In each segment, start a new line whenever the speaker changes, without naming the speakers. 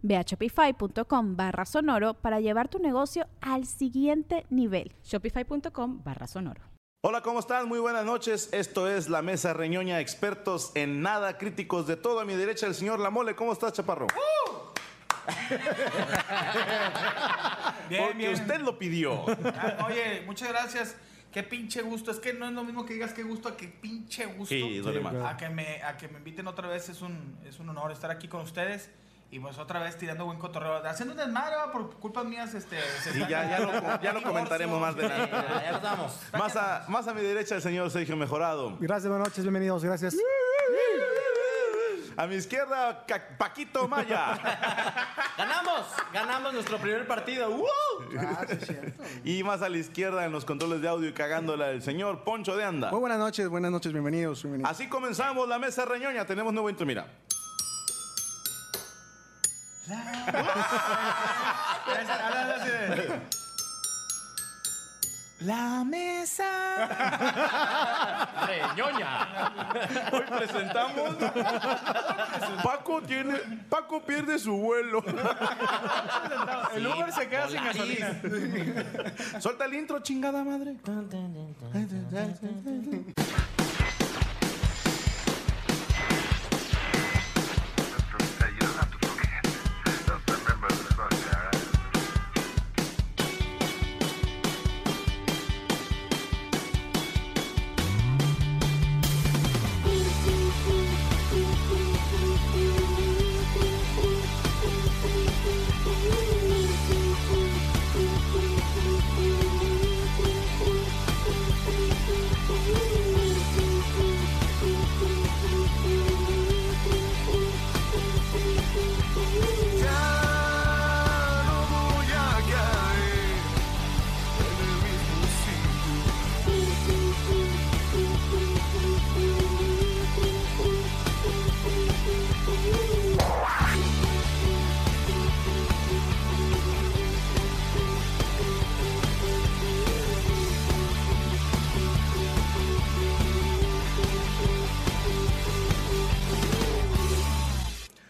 Ve a shopify.com barra sonoro para llevar tu negocio al siguiente nivel.
Shopify.com barra sonoro.
Hola, ¿cómo están? Muy buenas noches. Esto es La Mesa Reñoña, expertos en nada, críticos de todo. A mi derecha, el señor Lamole. ¿Cómo estás, chaparro?
Bien,
Porque
bien.
usted lo pidió.
Ah, Oye, muchas gracias. Qué pinche gusto. Es que no es lo mismo que digas qué gusto a qué pinche gusto.
Sí, duele más.
A que me, a que me inviten otra vez es un, es un honor estar aquí con ustedes. Y pues otra vez tirando buen cotorreo. Haciendo un desmadre, va, por culpas mías, este. se
Sí,
está-
ya, ya lo, ya lo comentaremos más de nada.
Ya nos damos.
Más a, más a mi derecha, el señor Sergio Mejorado.
Gracias, buenas noches, bienvenidos, gracias.
A mi izquierda, Ca- Paquito Maya.
¡Ganamos! ¡Ganamos nuestro primer partido! ¡Woo!
Y más a la izquierda, en los controles de audio y cagándola, el señor Poncho de Anda.
Muy Oh, buenas noches, buenas noches, bienvenidos, bienvenidos.
Así comenzamos la mesa reñoña. Tenemos nuevo intro, mira.
Ya se- habla así de- La mesa.
¡Reñoña!
Hoy presentamos. Paco tiene. Paco pierde su vuelo.
El Uber se queda sin
Polaris.
gasolina.
Suelta el intro, chingada madre.
Hey, you don't have to forget. Just remember the first, alright? Ya no voy a caer en el mismo sitio.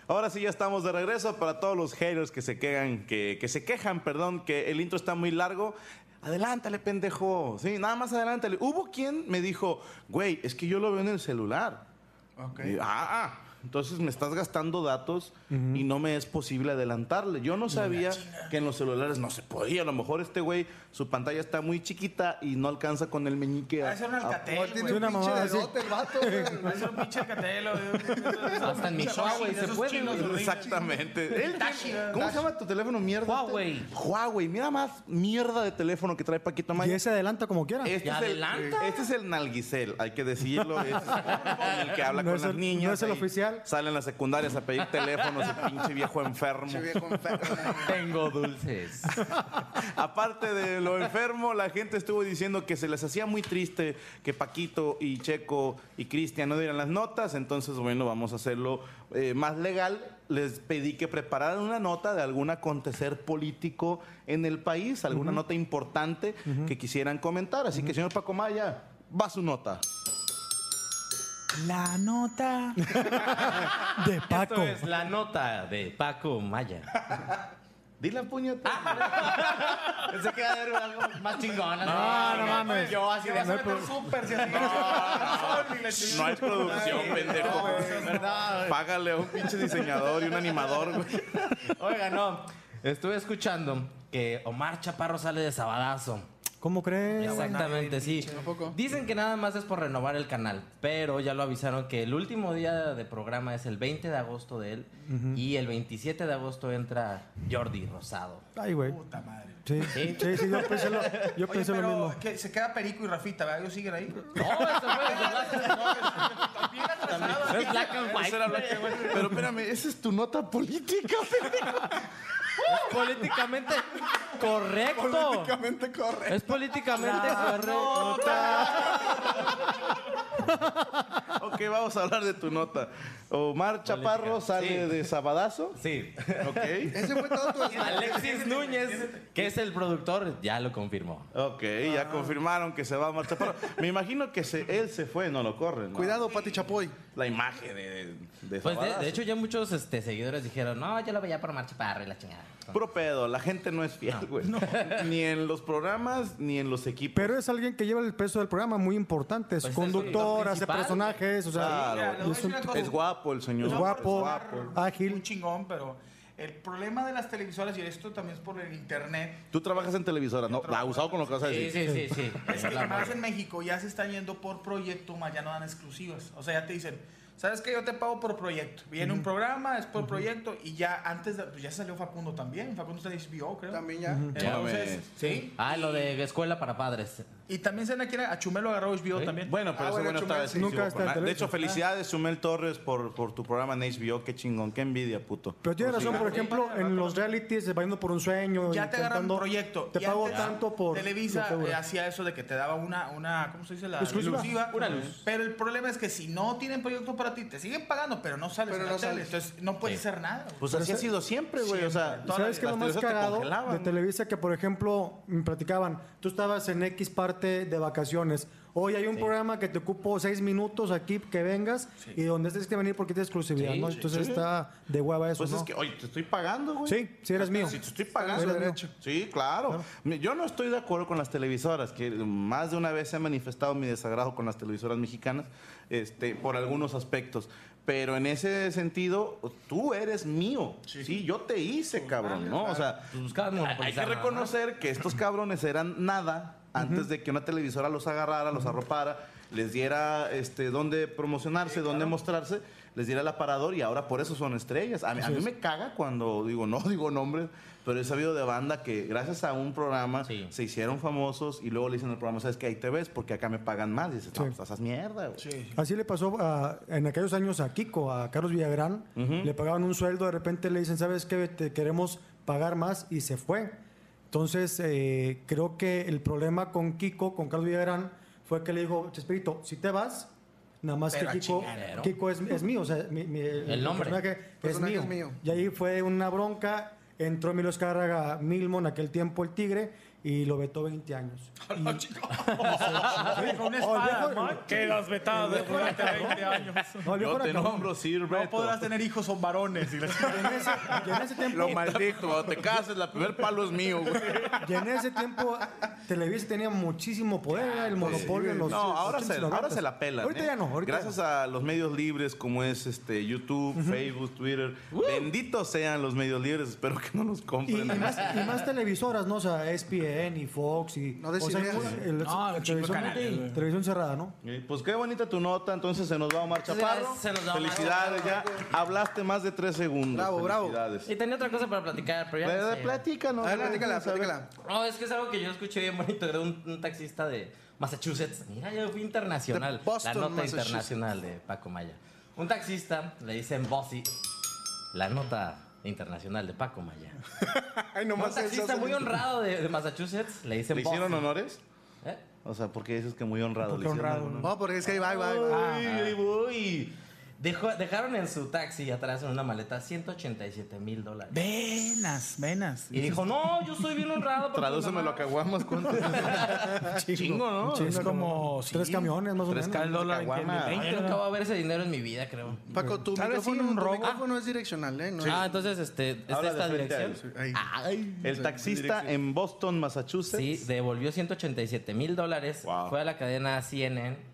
Ahora sí ya estamos de regreso para todos los haters que se quejan, que, que se quejan, perdón, que el intro está muy largo. Adelántale, pendejo. Sí, nada más adelántale. Hubo quien me dijo, güey, es que yo lo veo en el celular. Y, ah, ah, entonces me estás gastando datos y no me es posible adelantarle. Yo no sabía que en los celulares no se podía. A lo mejor este güey, su pantalla está muy chiquita y no alcanza con el meñique.
Va
a-
a ser un
a-
alcatel,
tiene
güey.
una mamada así.
Va a ser un pinche alcatel. güey.
Hasta en mi Huawei se
Esos
puede.
chinos horribles.
Exactamente. Él tiene- ¿Cómo se llama tu teléfono mierda?
Huawei.
Huawei. Mira más mierda de teléfono que trae Paquito
Y
Maya.
ese adelanta como quiera.
Este
Ya
es, el,
adelanta.
este es el nalguicel, hay que decirlo. Es el que habla
No
con
es
las
el-
niñas.
no es el
ahí
oficial.
Salen las secundarias a pedir teléfonos, ese pinche viejo enfermo.
Tengo dulces.
Aparte de lo enfermo, la gente estuvo diciendo que se les hacía muy triste que Paquito y Checo y Cristian no dieran las notas, entonces bueno, vamos a hacerlo eh, más legal. Les pedí que prepararan una nota de algún acontecer político en el país, alguna nota importante que quisieran comentar. Así que, señor Paco Maya, va su nota.
La nota.
De
Esto
Paco.
es la nota de Paco Maya.
Dile la puñeta.
Pensé que iba a haber algo más chingón. No,
no mames.
Yo así de...
Vas a meter súper si así.
No hay producción, pendejo.
verdad.
Págale a un pinche diseñador y un animador, güey.
Oiga, no. Estuve escuchando que Omar Chaparro sale de Sabadazo.
¿Cómo crees?
Exactamente, sí.
poco?
Dicen que nada más es por renovar el canal, pero ya lo avisaron que el último día de programa es el 20 de agosto de él y el 27 de agosto entra Jordi Rosado.
Ay, güey.
Puta madre.
Sí,
¿Sí?
sí, sí, yo pensé lo, yo
Oye,
pensé lo
pero
mismo.
que se queda Perico y Rafita, ¿verdad? ¿Ellos siguen ahí?
No, eso fue
Bien atrasado.
es Black and White.
Era Black and White. Pero espérame, esa es tu nota política, pendejo.
Políticamente correcto.
Políticamente correcto.
Es políticamente correcto.
Ok, vamos a hablar de tu nota. Omar Chaparro sale
Sí.
de Sabadazo.
Sí.
Ok.
Ese fue todo tu
Alexis Núñez, que es el productor, ya lo confirmó.
Ok, ya confirmaron que se va Omar Chaparro. Me imagino que se- él se fue, no lo corren. ¿no?
Cuidado, Pati Chapoy.
La imagen de, de
Pues de,
Sabadazo.
de hecho ya muchos este, seguidores dijeron, no, yo lo veía por Marcha Parra y la chingada.
Puro pedo, la gente no es fiel, güey. Ni en los programas, ni en los equipos.
Pero es alguien que lleva el peso del programa muy importante. Es
Pues es
conductor,
el
hace
principal.
personajes, o sea.
Claro.
Mira, les voy a
es,
decir
un-
una cosa.
es guapo el señor.
Es guapo.
Ah.
ágil.
Un chingón, pero el problema de las televisoras, y esto también es por el internet,
Tú trabajas en televisora, ¿no? Abusado con lo que vas a
Sí,
decir.
sí, sí, sí.
es que más en México ya se están yendo por proyecto, más ya no dan exclusivas. O sea, ya te dicen, ¿sabes qué? Yo te pago por proyecto. Viene un programa, es por proyecto, y ya antes, de- pues ya salió Facundo también. Facundo está en HBO, creo. También ya. Entonces,
Mames.
sí.
Ah, lo de escuela para padres.
Y también se aquí a Chumelo agarró HBO también.
Bueno, pero
Ah,
eso
bueno,
bueno, está
Chumel, sí.
decisivo
Nunca
por
está en
nada. De
televisión.
hecho, felicidades, Chumel Torres, por, por tu programa en HBO. Qué chingón, qué envidia, puto.
Pero tiene razón, por ejemplo, en los realities, de vayando por un sueño.
ya te agarran
intentando-
un proyecto.
Te
Y
pago
antes,
tanto por.
Televisa
lo que dura.
eh, hacía eso de que te daba una, una ¿cómo se dice? La
Exclusiva.
Una luz. Pero el problema es que si no tienen proyecto para ti, te siguen pagando, pero no sales en la tele. Entonces no puedes
Sí.
hacer nada. güey.
Pues así ha sido siempre, güey. O sea,
Toda
¿Sabes qué
las
es lo más
televisoras te
cagado
congelaban,
de
güey.
Televisa? Que, por ejemplo, me platicaban, tú estabas en X parte de vacaciones. Hoy hay un programa que te ocupo seis minutos aquí que vengas y donde tienes que venir porque tienes exclusividad,
Sí,
¿no?
sí,
Entonces está de hueva eso,
Pues
¿no?
es que, oye, te estoy pagando, güey.
Sí, sí eres mío.
Si te estoy pagando.
Eres mío.
Sí, claro. Mi- Yo no estoy de acuerdo con las televisoras, que más de una vez he manifestado mi desagrado con las televisoras mexicanas este, por algunos aspectos. Pero en ese sentido, tú eres mío. Sí, yo te hice, cabrón, ¿no? O sea,
Pues buscaban
hay que
monopolizar nada más.
reconocer que estos cabrones eran nada antes de que una televisora los agarrara, los arropara, les diera este dónde promocionarse, dónde mostrarse, les diera el aparador y ahora por eso son estrellas. A mí, a mí me caga cuando digo, no digo nombres, pero he sabido de banda que gracias a un programa
Sí.
se hicieron famosos y luego le dicen al programa, ¿sabes qué? Ahí te ves porque acá me pagan más. Y dices, no,
Sí.
pues esas mierda, güey.
Así le pasó a- en aquellos años a Kiko, a Carlos Villagrán. Le pagaban un sueldo, de repente le dicen, ¿sabes qué? Te queremos pagar más y se fue. Entonces, eh, creo que el problema con Kiko, con Carlos Villagrán, fue que le dijo, Chespirito, si te vas, nada más
Pero a
que Kiko,
chingar, ¿no?
Kiko es, es mío. O sea, mi- mi- el,
nombre.
personaje es mío. Y ahí fue una bronca. Entró Emilio Escárraga, Milmo, en aquel tiempo el Tigre, y lo vetó 20 años.
No, chico. Con una espada,
viejo-
man. Quedas vetado durante 20 años.
No, el viejo
Yo
era
te
cabrón.
nombro Sir
No
Beto.
podrás tener hijos, son varones. Y la chingada.
Y en ese- y en ese tiempo,
Lo maldito, cuando te cases, la primer palo es mío, güey.
Y en ese tiempo Televisa tenía muchísimo poder, era el monopolio en los
Ah, pues No, ahora se,
80s, 90s.
ahora se la pelan.
Ahorita
¿eh?
ya no, ahorita
Gracias a los medios libres como es este YouTube, Facebook, Twitter. Benditos sean los medios libres, espero que no nos
y, y
compren.
más, y más televisoras, ¿no? O sea, E ESPN y Fox y... No o sea, el-
No,
el
un chingo de
televisión,
canales.
televisión cerrada, ¿no?
Eh, Pues qué bonita tu nota, entonces se nos va Omar Chaparro.
Se nos va Omar
Felicidades, ya hablaste más de tres segundos. Bravo, bravo.
Y tenía otra cosa para platicar, pero ya no sé.
Platícanos. A ver, platícala,
No, es que es algo que yo escuché bien bonito de un, un taxista de Massachusetts. Mira, yo fui internacional. la nota internacional de Paco Maya. Un taxista le dicen Bossy. La nota internacional de Paco Maya. un taxista muy honrado de, de Massachusetts le dicen
¿Le
Bossy.
hicieron honores?
¿Eh?
O sea, porque dices que muy honrado. le hicieron honores?
No, porque es que ahí va, ahí va, ahí va.
Ay,
Ah,
ahí voy. Dejó- dejaron en su taxi atrás en una maleta 187 mil dólares.
Venas, venas.
Y dijo, no, yo soy bien honrado. porque
Tradúcemelo a
mamá-
Caguamas, ¿cuánto? Chingo, ¿no?
Un Ah, chingo,
Es como,
Tres
sí,
camiones, más o menos.
Tres
El
caguamas.
dólar en que-
Caguama.
Ay, yo nunca voy a ver ese dinero en mi vida, creo.
Paco, tu
Tal vez sí,
micrófono,
un
tu
robo.
micrófono es direccional, ¿eh? No
Ah, entonces, este, ¿es de
Habla de
esta
frente a
dirección?
ellos.
Ahí.
El taxista en Boston, Massachusetts.
Sí, devolvió 187 mil dólares.
Wow.
Fue a la cadena CNN.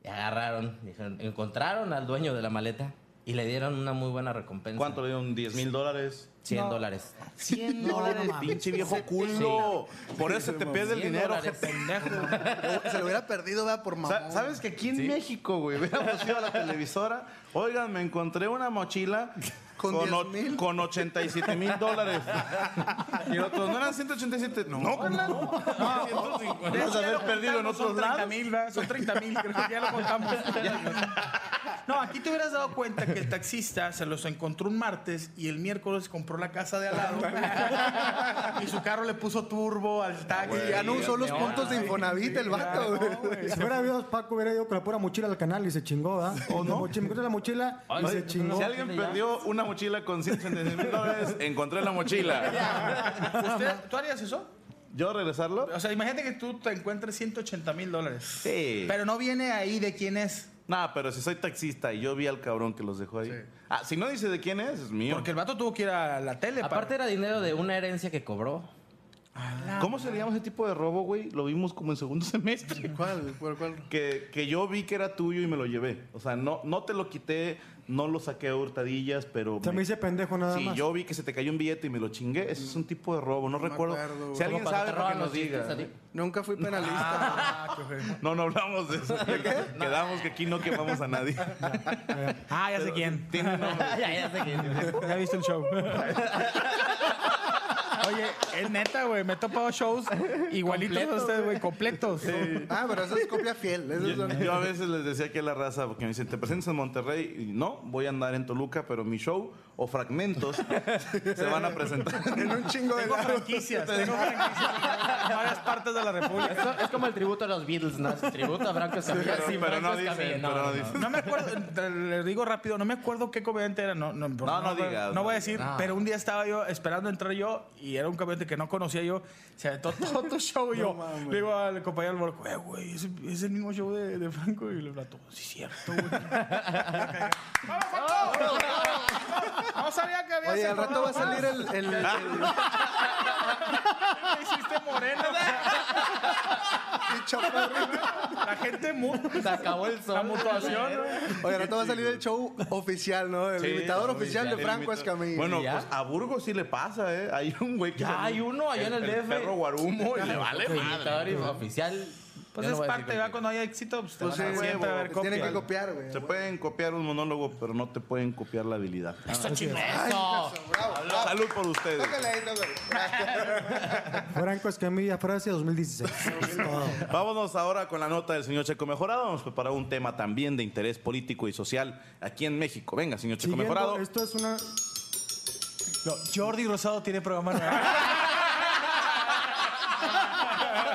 Y agarraron, dijeron, encontraron al dueño de la maleta y le dieron una muy buena recompensa.
¿Cuánto le dieron? ¿10 mil dólares?
100
No.
dólares.
100
No,
dólares,
no mames.
pinche viejo culo. Por eso te pierdes el
100
dinero,
dólares,
jefe.
pendejo.
Se lo hubiera perdido, ¿verdad? Por
Sa-
mamón.
¿Sabes que aquí en México, güey, hubiéramos ido a la televisora? Oigan, me encontré una mochila
Con
o-
10,000.
con 87 mil dólares. Y otros, ¿no eran 187? No, no, Debes haber perdido en otros lados.
mil, Son 30 mil, creo que ya lo contamos. Ya. No, aquí te hubieras dado cuenta que el taxista se los encontró un martes y el miércoles compró la casa de al lado. y su carro le puso turbo al taxi.
Y ya no usó los puntos de Infonavit el vato, güey.
Si hubiera habido, Paco hubiera ido con la pura mochila al canal y se chingó, ¿verdad?
¿O no?
Me mochi- me encontré la mochila y se chingó.
Si alguien perdió una mochila con 186 mil dólares, encontré la mochila.
¿Usted- ¿Tú harías eso?
¿Yo regresarlo?
O sea, imagínate que tú te encuentres 180 mil dólares.
Sí.
Pero no viene ahí de quién es.
Nah, pero si soy taxista y yo vi al cabrón que los dejó ahí. Ah, si no dice de quién es, es mío.
Porque el vato tuvo que ir a la tele. para-
Aparte era dinero de una herencia que cobró.
¿Cómo se le llama ese tipo de robo, güey? Lo vimos como en segundo semestre.
¿Cuál? ¿Cuál? ¿Cuál?
Que, que yo vi que era tuyo y me lo llevé. O sea, no, no te lo quité, no lo saqué a hurtadillas, pero.
O sea, me hice pendejo nada
Sí,
más.
yo vi que se te cayó un billete y me lo chingué. Ese es un tipo de robo, no, recuerdo.
acuerdo, güey.
si alguien
Como cuando
sabe,
te
para
roban
que
los
nos diga.
chistes a ti.
Nunca fui penalista.
No, no hablamos de eso. Quedamos que aquí no quemamos a nadie.
Ah, ya sé quién.
Tiene nombre.
Ya, ya sé que-
Ya viste el show. Oye, es neta, güey. Me he topado shows igualitos a ustedes, güey, completos.
Ah, pero eso es copia fiel. Eso
Yo,
es
yo a veces les decía que la raza, porque me dicen, ¿te presentas en Monterrey? Y no, voy a andar en Toluca, pero mi show o fragmentos se van a presentar.
en un chingo de
Tengo
lado.
franquicias, tengo franquicias en varias partes de la República.
Eso es como el tributo a los Beatles, ¿no? Es tributo a Franco Escamilla.
Pero-
sin
pero
Franco
no dicen,
Escamilla. No,
pero no
no, no.
dicen.
No me acuerdo, te- les digo rápido, no me acuerdo qué comediante era. No, no,
No, no
voy a-
digas,
No
no
voy a decir,
digas.
pero un día estaba yo esperando entrar yo y era un comediante que no conocía yo. Se aventó todo tu show y yo le digo al compañero del barco, eh, güey, es, es el mismo show de, de Franco. Y le plato, sí, cierto, güey. ¡Vamos, Franco! No sabía que había
Oye, al
sido-
rato va a salir el. el- el-
¿Qué hiciste moreno.
el chaparro.
La gente muta.
Se acabó el sol.
La mutuación, güey.
Oye, al rato va a salir el show oficial, ¿no? El
Sí,
imitador oficial de
el
Franco
imita-
Escamilla.
Bueno,
¿Y ya?
pues a Burgos sí le pasa, ¿eh? Hay un güey que.
Ya
se-
hay uno allá en el DF.
perro guarumo y le vale madre.
Imitador y oficial.
Pues
Yo no
es
voy a decir
parte,
que-
¿verdad? Cuando hay éxito, pues, te
Pues
van a
sí,
siempre
huevo,
haber
Te tienen
copia.
que copiar, güey.
Se pueden copiar un monólogo, pero no te pueden copiar la habilidad.
Eso.
Bravo, bravo.
Salud por ustedes.
Tócale ahí, tócale.
Franco Escamilla, Francia 2016.
Vámonos ahora con la nota del señor Checo Mejorado. Nos preparó un tema también de interés político y social aquí en México. Venga, señor Checo
Siguiendo,
Mejorado.
esto es una...
No, Jordi Rosado tiene programa nuevo.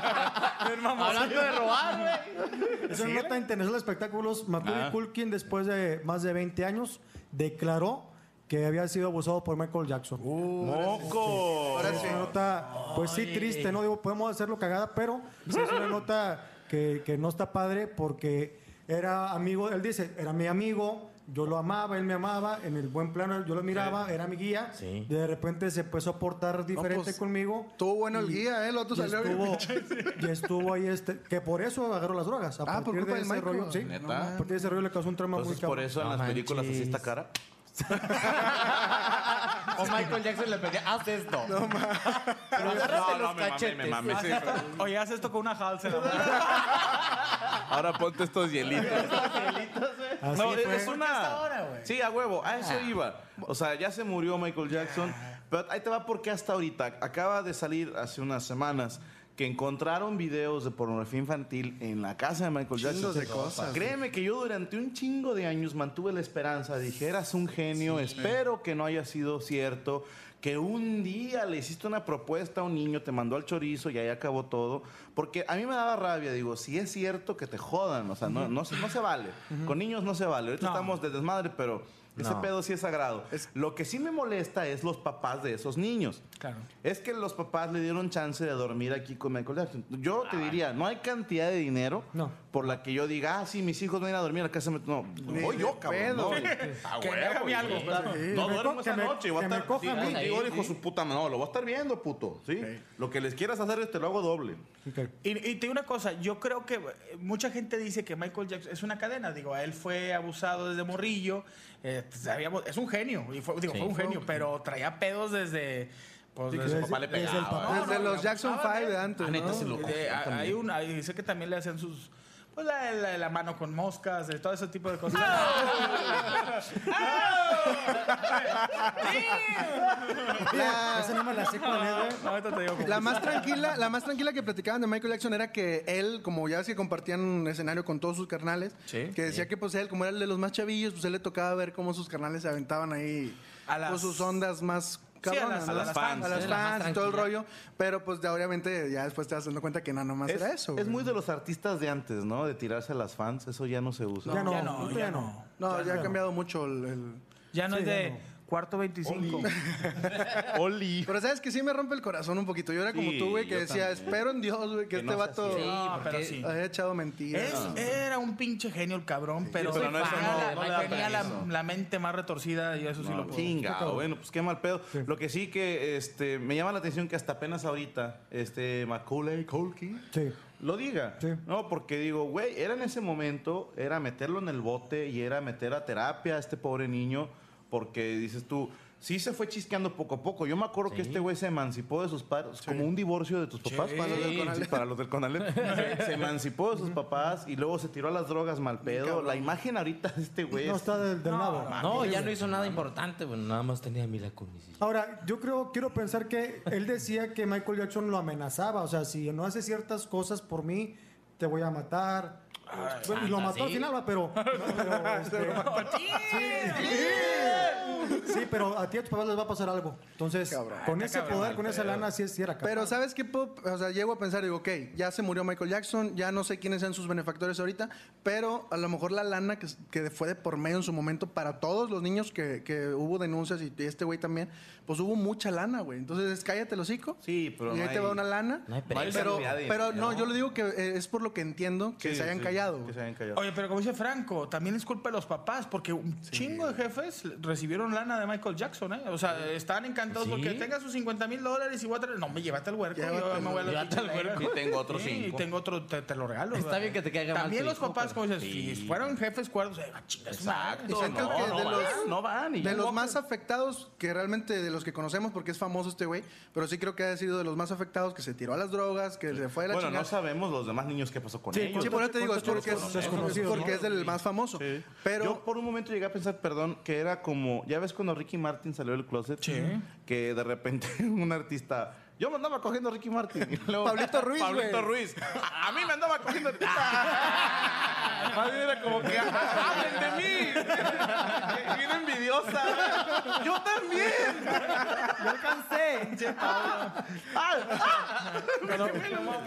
Hablando de robar, güey.
Es una nota internacional de espectáculos. Macaulay
Ah.
Culkin, después de más de 20 años, declaró que había sido abusado por Michael Jackson.
Uh, ¡Moco!
Ahora
Es
sí.
una nota, pues sí,
Ay.
triste, ¿no? Digo, podemos hacerlo cagada, pero sí es una nota que, que no está padre porque era amigo, él dice, era mi amigo, yo lo amaba, él me amaba, en el buen plano yo lo miraba, era mi guía.
Sí.
De repente se empezó a portar diferente
pues,
conmigo.
Estuvo bueno el guía, ¿eh? El otro
Y
salió bien
estuvo,
pinche.
y estuvo ahí este, que por eso agarró las drogas. A
Ah, por
partir
culpa
de
del
ese
Michael.
rollo, sí.
¿Neta?
A partir de ese rollo le causó un trauma
Entonces,
muy cabrón.
por eso en
No
las películas así
manches.
esta cara.
O Michael Jackson le pedía, haz esto. No, mames. Pero agárrate
No, no,
los
me mamé,
cachetes.
me mamé, sí.
Oye, haz esto con una halsa. ¿no?
Ahora ponte estos hielitos.
Así
No,
fue.
es una. sí, a huevo, a
Ah.
eso iba. O sea, ya se murió Michael Jackson. Pero ahí te va porque hasta ahorita. Acaba de salir hace unas semanas que encontraron videos de pornografía infantil en la casa de Michael Jackson.
Chingos de cosas.
Créeme que yo durante un chingo de años mantuve la esperanza. Dije, eras un genio, espero que no haya sido cierto. Que un día le hiciste una propuesta a un niño, te mandó al chorizo y ahí acabó todo. Porque a mí me daba rabia, digo, si es cierto que te jodan, o sea, no, no, se, no se vale. Con niños no se vale. Ahorita estamos de desmadre, pero ese
No.
pedo sí es sagrado. Lo que sí me molesta es los papás de esos niños.
Claro.
Es que los papás le dieron chance de dormir aquí con Michael Jackson. Yo te diría, no hay cantidad de dinero
No.
por la que yo diga, ah, sí, mis hijos van a ir a dormir a la casa. de mi- No,
Ni
voy
de
yo, cabrón.
pedo.
No,
Que hágame
güey,
algo,
sí.
pues.
No
Que me
duermo
co-
esa
que me-
noche. Voy a
que me
estar
coja a mí.
contigo,
Sí,
hijo de
sí.
su puta madre. No, lo voy a estar viendo, puto. ¿sí? Lo que les quieras hacer, te lo hago doble.
Ok.
Y, y te digo una cosa, yo creo que eh, mucha gente dice que Michael Jackson es una cadena, digo, él fue abusado desde morrillo, eh, pues, sabíamos- es un genio, y fue, digo,
Sí.
fue un genio, pero traía pedos desde... Pues,
Sí, que
desde-
su papá le
desde el
pegaba.
papá.
Desde
no,
los
le
Jackson
abusaba
5
de-
de antes,
Ah, neta,
¿no?
se lo-
Y de-
cogían
a-
también.
hay un, hay- sé que también le hacían sus... Pues la, la- la mano con moscas, eh, todo ese tipo de cosas.
¡Ah!
Oye, Esa no me la sé cuál es, güey.
No, ahorita te digo cómo.
La más tranquila, la más tranquila que platicaban de Michael Jackson era que él, como ya es que compartían un escenario con todos sus carnales,
Sí,
que decía que pues él, como era el de los más chavillos, pues él le tocaba ver cómo sus carnales se aventaban ahí
A las-
con sus ondas más cabronas,
las-
¿no?
a las fans,
a las
era la más
fans y todo el
tranquila.
rollo, pero pues de- obviamente ya después te vas dando cuenta que nada nomás
Es,
era eso.
es
güey.
muy de los artistas de antes, ¿no? De tirarse a las fans. Eso ya no se usa.
Ya no,
ya
ya
no,
no.
ya
Ya
no.
no.
no, ya, ha cambiado mucho el, el-
Ya no
Sí,
es
ya
de
no.
cuarto 25.
Oli.
Pero sabes que sí me rompe el corazón un poquito. Yo era como
Sí,
tú, güey, que
yo
decía,
también.
espero en Dios, güey, que,
Que no
este
sea
vato
así.
No,
porque-
pero sí.
haya echado mentiras.
Es- era un pinche genio el cabrón, pero,
pero no, eso
tenía,
no-
la,
no le da
tenía la-
permiso.
la mente más retorcida y eso sí lo
No,
puedo.
chinga, bueno, pues qué mal pedo. Lo que sí que este, me llama la atención que hasta apenas ahorita, este Macaulay Culkin
Sí.
lo diga.
Sí.
No, porque digo, güey, era en ese momento, era meterlo en el bote y era meter a terapia a este pobre niño, porque dices tú, sí se fue chisqueando poco a poco. Yo me acuerdo que este güey se emancipó de sus padres, como un divorcio de tus papás para los del Conalep. Para los del Conalep. se, se emancipó de sus papás y luego se tiró a las drogas mal pedo. La imagen ahorita de este güey
No
es-
está del, del nabo.
No, ya no hizo nada importante, bueno, nada más tenía a Mila Kunis. y-
Ahora, yo creo, quiero pensar que él decía que Michael Jackson lo amenazaba. O sea, si no haces ciertas cosas por mí, te voy a matar. Bueno, y lo
santa,
mató al
sí.
final, va, pero. pero, este, sí, sí, pero a ti y a tus papás les va a pasar algo. Entonces, con ese poder, con esa lana, sí, es- sí era capaz.
Pero ¿sabes qué? puedo- o sea, llego a pensar, digo, ok, ya se murió Michael Jackson, ya no sé quiénes sean sus benefactores ahorita, pero a lo mejor la lana que, s- que fue de por medio en su momento para todos los niños que, que hubo denuncias y este güey también, pues hubo mucha lana, güey. Entonces, es cállate el hocico.
Sí, pero
Y ahí
no
te
hay-
va una lana.
no hay
pero,
precio.
pero,
No hay
no,
¿no?
yo le digo que eh, es por lo que entiendo que
Sí,
se hayan
sí,
callado.
Que
güey.
se hayan callado.
Oye, pero como dice Franco, también es culpa de los papás, porque un chingo de jefes recibieron lana de Michael Jackson, ¿eh? O sea, estaban encantados
Sí.
porque tenga sus 50 mil dólares y voy a traer- No, me llévate al huerco.
Llévatelo.
yo me voy a la
Llévate al
chingadera.
huerco. Y tengo otros
Sí,
cinco.
Y tengo otro, te, te lo regalo.
Está
¿verdad?
bien que te caiga mal
También
tu
los
hijo,
papás,
pero-
como dices,
Sí.
si fueron jefes cuerdos, eh, chinga su madre.
Exacto.
Siento
no,
que
no
de
van,
los-
no van. y
De
ya.
los más afectados, que realmente de los que conocemos, porque es famoso este güey, pero sí creo que ha sido de los más afectados, que se tiró a las drogas, que se fue a la
Bueno,
chingada.
no sabemos los demás niños qué pasó con
Sí,
ellos.
Sí, por eso te digo, es porque, es,
Desconocidos, desconocidos,
porque
¿no?
es del más famoso.
Sí.
Pero
Yo por un momento llegué a pensar, perdón, que era como, ya ves cuando Ricky Martin salió del closet, que de repente un artista, yo me andaba cogiendo a Ricky Martin. Y luego-
Pablito Ruiz,
Pablito
güey.
Ruiz. A mí me andaba cogiendo. Más bien era como que, "Ah, hablen de mí. Bien envidiosa. Yo también.
Yo alcancé.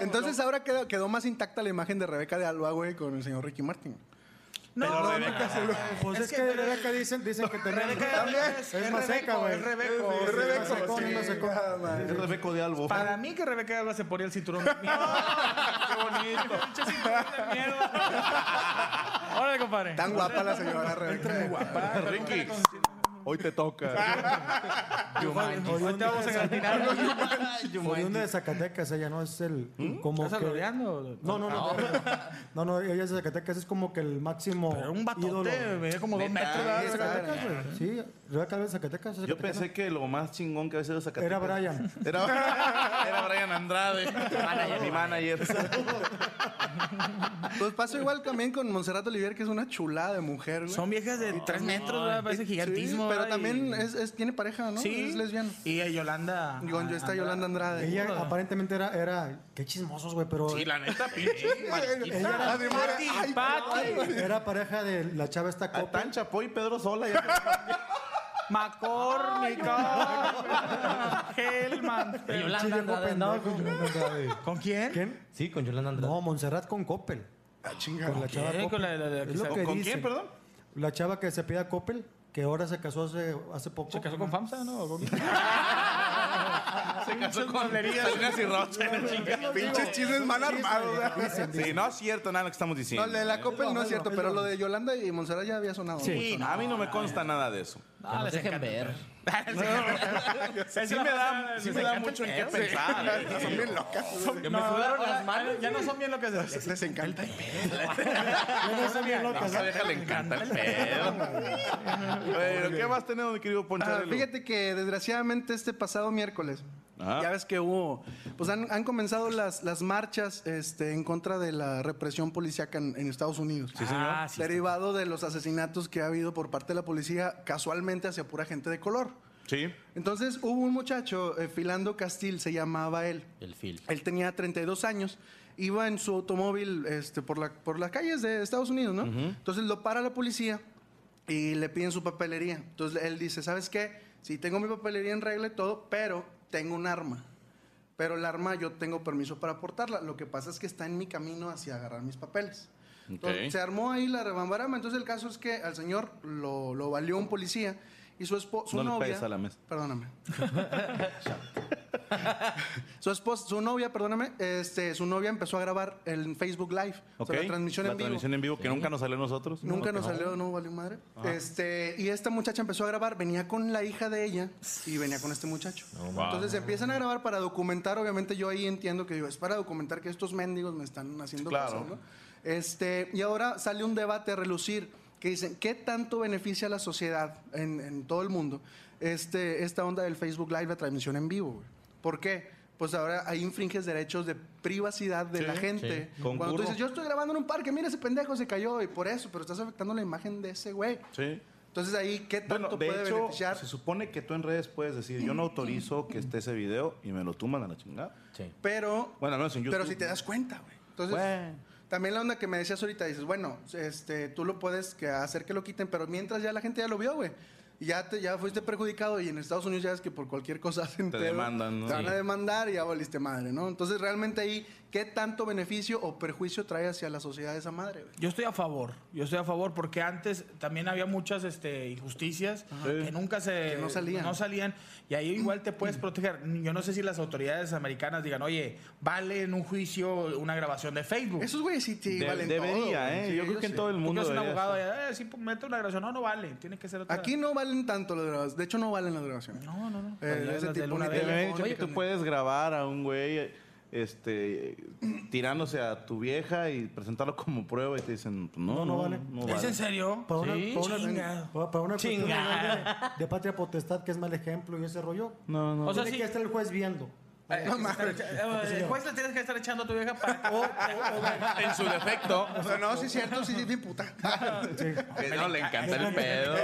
entonces ahora quedó, quedó más intacta la imagen de Rebeca de Alba, güey, con el señor Ricky Martin.
No,
Pero
no,
Rebeca se
Pues es, que, Rebeca dicen, dicen que tenemos.
Rebeca es,
Es más seca,
Rebeco,
güey.
es Rebeco.
Es más secón,
sí.
es más secón.
Es Rebeco de Albo.
Para mí que Rebeca Alba se ponía el cinturón. de mierda. ¡Qué bonito! ¡Pinche cinturón de mierda! Órale, compadre.
Tan guapa la señora Rebeca.
Guapa, pero
Ricky.
nunca la
Hoy te toca.
conocí. Hoy te vamos a gratinar.
Oriunda de Zacatecas, ella no es el.
¿Mm?
Como
¿Estás
que-
aloreando?
No, no,
Ah,
no. No, no, ella es de Zacatecas, es como que el máximo.
Pero un
ídolo. Ah,
batote, veía como dos
Neta,
metros. ¿verdad?
Es Zacatecas, güey. Sí, Rebeca Alba es de Zacatecas.
Ah, Yo pensé que lo más chingón que había sido Zacatecas.
Era Brian.
Era, era Brian Andrade. Mi manager.
Pues pasó igual también con Montserrat Olivier, que es una chulada de mujer, güey.
Son viejas de tres metros, ¿verdad? parece
Sí,
gigantismo.
pero
¿verdad?
también
Y-
es, es- tiene pareja, ¿no?
Sí.
Es lesbiana.
Y eh, Yolanda.
Y Con yo está Yolanda Andrade.
Ella aparentemente era, era. Qué chismosos, güey, pero.
Sí, la neta, pinche. mariquita.
Pati,
ella
Pati,
era, era pareja de la chava esta
A
copa.
Ah, Tan Chapoy y Pedro Sola. ya-
Macórnica, Hellman.
Y Yolanda Andrade, no,
¿Con quién?
¿Quién?
Sí, con Yolanda Andrade.
No, Montserrat con Coppel.
Ah,
Con la chava
¿Quién?
Coppel.
Con la- la- la-
Es lo
¿Con-
que
¿Con
dicen.
quién, perdón?
La chava que se pide a Coppel, que ahora se casó hace, hace poco.
¿Se casó con FAMSA, no? ¿O con- Se casó con heridas.
Una cirrosa, la chingada.
Pinches chismes mal armados. ¿verdad?
Sí, no es cierto nada lo que estamos diciendo.
No, lo de la Coppel no
malo,
es cierto,
es
pero
lo
lo de Yolanda y Montserrat ya había sonado.
Sí.
Sí, a mí no me consta nada de eso.
Que nos ah, dejen ver.
Sí me da, sí me da mucho en qué pensar. eh.
Son bien locas.
Que me sudaron las manos.
Ya no son bien lo que se
Les encanta.
No son bien locas, ¿eh?
le encanta el pedo. Pero, ¿qué más tenemos, mi querido Poncho?
Ah,
Arelo?
fíjate que desgraciadamente este pasado miércoles,
Ajá.
ya ves que hubo, pues han, han comenzado las, las marchas este, en contra de la represión policíaca en, en Estados Unidos.
Ah, sí,
Derivado de los asesinatos que ha habido por parte de la policía, casualmente hacia pura gente de color.
Sí.
Entonces hubo un muchacho, eh, Filando Castil, se llamaba él.
El Phil.
Él tenía 32 años, iba en su automóvil este, por, la, por las calles de Estados Unidos, ¿no? Entonces lo para la policía y le piden su papelería. Entonces él dice, ¿sabes qué? Sí, tengo mi papelería en regla y todo, pero tengo un arma. Pero el arma yo tengo permiso para portarla. Lo que pasa es que está en mi camino hacia agarrar mis papeles. Entonces,
Ok.
se armó ahí la rebambarama. Entonces el caso es que al señor lo, lo valió un policía y su esposo, su
No le
novia...
pegues a la mesa.
Perdóname. Su esposa, su novia, perdóname, este, su novia empezó a grabar en Facebook Live. O sea,
Ok.
la transmisión
La
en vivo.
transmisión en vivo, que nunca nos salió a nosotros.
Nunca nos salió, no valió madre. Este, y esta muchacha empezó a grabar, venía con la hija de ella y venía con este muchacho. Entonces empiezan a grabar para documentar, obviamente yo ahí entiendo que digo, es para documentar que estos mendigos me están haciendo
Claro.
caso, ¿no? Este, y ahora sale un debate a relucir que dicen, ¿qué tanto beneficia a la sociedad en, en todo el mundo este, esta onda del Facebook Live, la transmisión en vivo? güey? ¿Por qué? Pues ahora ahí infringes derechos de privacidad de la gente.
sí.
Cuando tú
Concurro.
dices, yo estoy grabando en un parque, mira ese pendejo se cayó y por eso, pero estás afectando la imagen de ese güey.
Sí.
Entonces ahí, ¿qué
Bueno,
tanto
de
puede
hecho, pues,
beneficiar?
se supone que tú en redes puedes decir, yo no autorizo que esté ese video y me lo tuman a la chingada.
Sí.
Pero,
Bueno, al menos en YouTube.
pero si te das cuenta, güey. Entonces,
Bueno.
también la onda que me decías ahorita, dices, bueno, este, tú lo puedes que hacer que lo quiten, pero mientras ya la gente ya lo vio, güey. Y Ya, te, ya fuiste perjudicado y en Estados Unidos ya es que por cualquier cosa hacen
Te
pedo,
demandan, ¿no?
Te van a
Sí.
demandar y ya valiste madre, ¿no? Entonces, realmente ahí, ¿qué tanto beneficio o perjuicio trae hacia la sociedad esa madre, güey?
Yo estoy a favor, yo estoy a favor porque antes también había muchas este, injusticias que nunca se
Que no salían.
no salían, y ahí igual te puedes proteger. Yo no sé si las autoridades americanas digan, oye, vale en un juicio una grabación de Facebook.
Esos güeyes sí te
De-
valen
debería,
todo, güey.
¿eh?
Sí,
yo creo que en
sí.
todo el
Porque
mundo.
es un
debería
abogado,
ser.
eh, sí, pues, mete una grabación, no, no vale, tiene que ser otra.
Aquí no valen tanto las grabaciones. De hecho, no valen las grabaciones.
No, no, Pues, no.
Eh,
Valía
ese
las de
tipo
Luna
ni
de
Me habían
teléfono,
dicho que
ni
tú
can-
puedes grabar a un güey este, tirándose a tu vieja y presentarlo como prueba y te dicen, "Pues no, no,
no
vale.
vale.
No
¿Es
vale.
en serio?
Para una,
Sí,
para una-
chingado.
para- para una cuestión de-
Chingado.
de, patria potestad, que es mal ejemplo y ese rollo,
No, no.
O sea,
tiene
sí.
que estar el juez viendo.
Eh, eh, el juez le tienes que estar echando a tu vieja para Oh, que-
en su defecto.
O sea, no, sí es cierto, sí, sí, bien puta.
Sí.
Que no le encanta el pedo.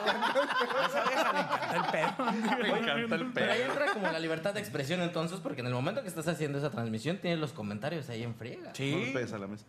esa vieja le encanta el pedo.
Le encanta el
Pero ahí
pedo.
entra como la libertad de expresión entonces, porque en el momento que estás haciendo esa transmisión tienes los comentarios ahí en friega.
No le pegues a la mesa.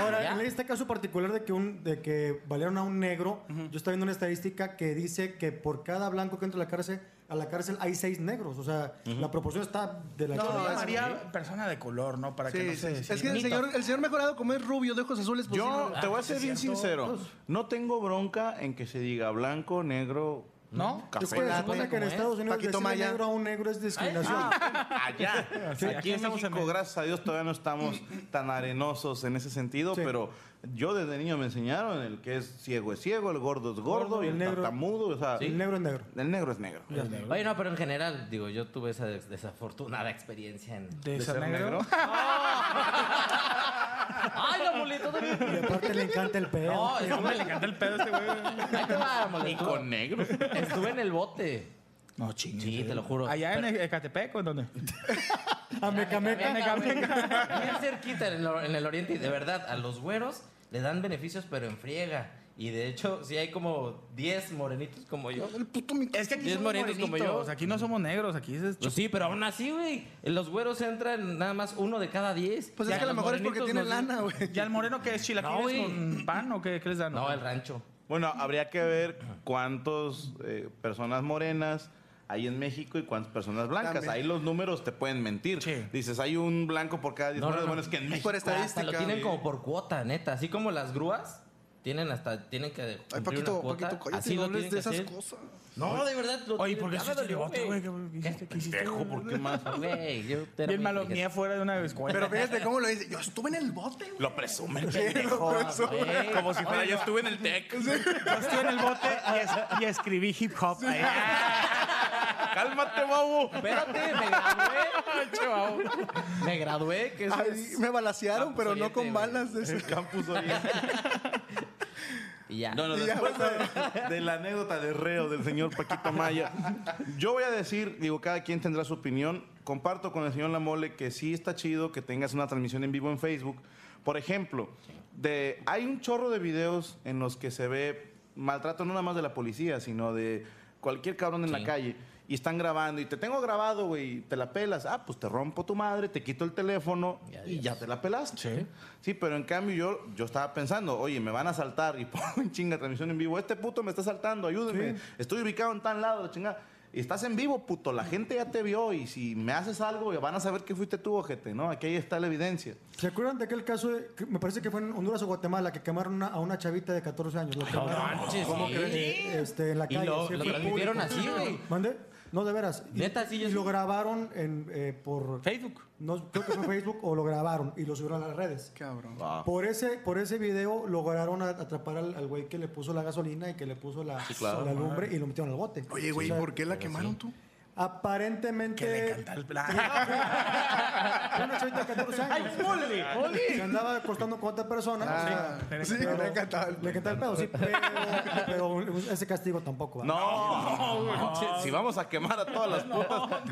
Ahora,
Ya.
en este caso particular de que, un, de que valieron a un negro, yo estaba viendo una estadística que dice que por cada blanco que entra a la cárcel, a la cárcel hay seis negros. O sea, la proporción está de la
Yo
chingada.
llamaría persona de color, ¿no? Para que no
Sí,
se
sí. Es que el señor, el señor mejorado, como es rubio, de ojos azules, pues sí,
Yo
no-
te voy a ser bien sincero. No tengo bronca en que se diga blanco, negro,
¿No?
Es que
café.
se supone que en
¿Cómo es?
Estados Unidos
Paquito
decirle
Maya.
negro a un negro es discriminación.
Allá. Aquí en
estamos en
México,
el-
gracias a Dios, todavía no estamos tan arenosos en ese sentido, pero yo desde niño me enseñaron el que es ciego es ciego, el gordo es gordo,
Gordo,
y el
el negro-
tartamudo, o sea,
El negro es negro.
el negro es negro.
Oye, no, pero en general, digo, yo tuve esa des- desafortunada experiencia en...
¿De
ser
ser negro?
¡Ay, la muleta también!
Y aparte le encanta el pedo.
No, es
Hombre, le encanta el pedo a este güey.
Ahí te va, molesto.
negro.
Estuve en el bote.
No, chingue.
Sí, te lo juro.
Allá en Ecatepec, ¿o en dónde?
a Mecameca.
Bien cerquita en el, or- en el oriente. Y de verdad, a los güeros le dan beneficios, pero en friega. Y de hecho, sí hay como 10 morenitos como yo.
El puto mi-
Es que aquí
Y es
somos
morenos como
morenitos,
yo.
Aquí no somos negros, aquí es...
Pues sí, pero aún así, güey. Los güeros entran nada más uno de cada 10.
Pues
Ya
es que a lo
los
mejor es porque
morenitos
tiene
nos-
lana, güey.
¿Ya el moreno que es
No,
chilaquiles
güey.
con pan o qué, qué les dan?
No, el rancho.
Bueno, habría que ver cuántas personas morenas hay en México y cuántas personas blancas.
También.
Ahí los números te pueden mentir.
Sí.
Dices, hay un blanco por cada 10
No, no,
morenos.
no.
Bueno, es que en México.
Por
Hasta lo
estadística.
tienen como por cuota, neta. Así como las grúas. Tienen hasta, tienen que
Ay,
cumplir
Paquito,
una cuota.
Paquito, cállate,
así
no
lo
hables
tienen
de
que
esas
hacer.
cosas.
No, de verdad. Lo
Oye,
tienen-
¿por qué
ya
hiciste
me dolió,
bigote, güey?
güey?
¿Qué qué hiciste? ¿Qué hiciste?
Dejo, ¿por qué más?
Güey, yo era
Bien
muy
malo,
inteligente.
ni fuera de una descuenta.
Pero fíjate cómo lo dice. Yo estuve en el bote, güey.
Lo presume el
Lo
pendejo.
presume.
Güey,
Como si fuera yo estuve en el TEC.
Yo estoy en el bote y, es- y escribí hip hop.
Cálmate, bobo.
Ah, Espérate, me gradué. Me gradué, que eso
Ay,
es-
me balasearon,
Campus
pero no
Oriente,
con
güey.
balas de ese.
El campus oriente.
Y ya.
No, no,
Y ya
después de, de la anécdota de reo del señor Paquito Maya, yo voy a decir, digo, cada quien tendrá su opinión. Comparto con el señor Lamole que sí está chido que tengas una transmisión en vivo en Facebook. Por ejemplo, de, hay un chorro de videos en los que se ve maltrato no nada más de la policía, sino de cualquier cabrón en la
Sí.
calle. Y están grabando y te tengo grabado, güey, y te la pelas. Ah, pues te rompo tu madre, te quito el teléfono
Y
y
adiós.
ya te la pelaste. Sí. pero en cambio yo, yo estaba pensando, oye, me van a saltar y pongo en chinga transmisión en vivo. Este puto me está saltando, ayúdenme. Estoy ubicado en tan lado, la chingada. Y estás en vivo, puto. La gente ya te vio y si me haces algo, van a saber que fuiste tú, ojete, ¿no? Aquí ahí está la evidencia.
¿Se acuerdan de aquel caso? de- que me parece que fue en Honduras o Guatemala que quemaron una- a una chavita de 14 años. La
No
quemaron,
manches, sí.
eh, este, en la
Y
calle.
lo,
sí,
lo
fue
transmitieron
público.
así, güey.
¿Mande? No, de veras. Y-
Neta, sí,
y
yo sí.
lo grabaron en, eh, por...
Facebook.
No, creo que fue Facebook o lo grabaron y lo subieron a las redes.
Cabrón.
Ah.
Por ese, por ese video lograron a- atrapar al al güey que le puso la gasolina y que le puso la,
claro.
la lumbre y lo metieron al bote.
Oye, güey,
O sea,
¿por qué la quemaron tú?
Aparentemente.
Que le encanta el plan.
Era una chavita de 14 años. Se andaba acostando con otra persona.
Ah,
o sea,
sí,
pero-
le encantaba el-
le encantaba el pedo, sí, pero, pero ese castigo tampoco va.
No, manches, si vamos a quemar a todas las putas,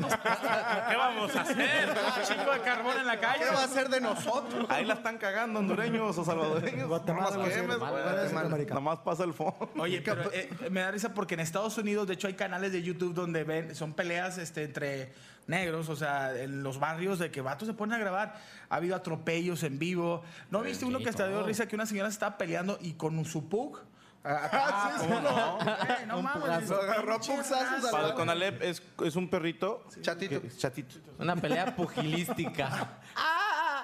¿qué vamos a hacer?
Chico de carbón en la calle.
Ah, ¿Qué va a hacer de nosotros?
Ahí la están cagando hondureños o salvadoreños.
Guatemala,
Nomás quemes,
Guatemala,
güey.
Guatemala.
Nomás pasa el fondo.
Oye, pero eh, me da risa porque en Estados Unidos, de hecho, hay canales de YouTube donde ven, son peleas este, entre negros, o sea, en los barrios de que vatos se ponen a grabar. Ha habido atropellos en vivo. ¿No viste uno que hasta dio risa que una señora se estaba peleando y con su pug? Ah,
Ah, sí, sí,
¿cómo no? Eh, no mames.
Lo agarró a pugazos a
Para el
la-
Conalep es, es un perrito.
Chatito.
que- chatito.
Una pelea pugilística.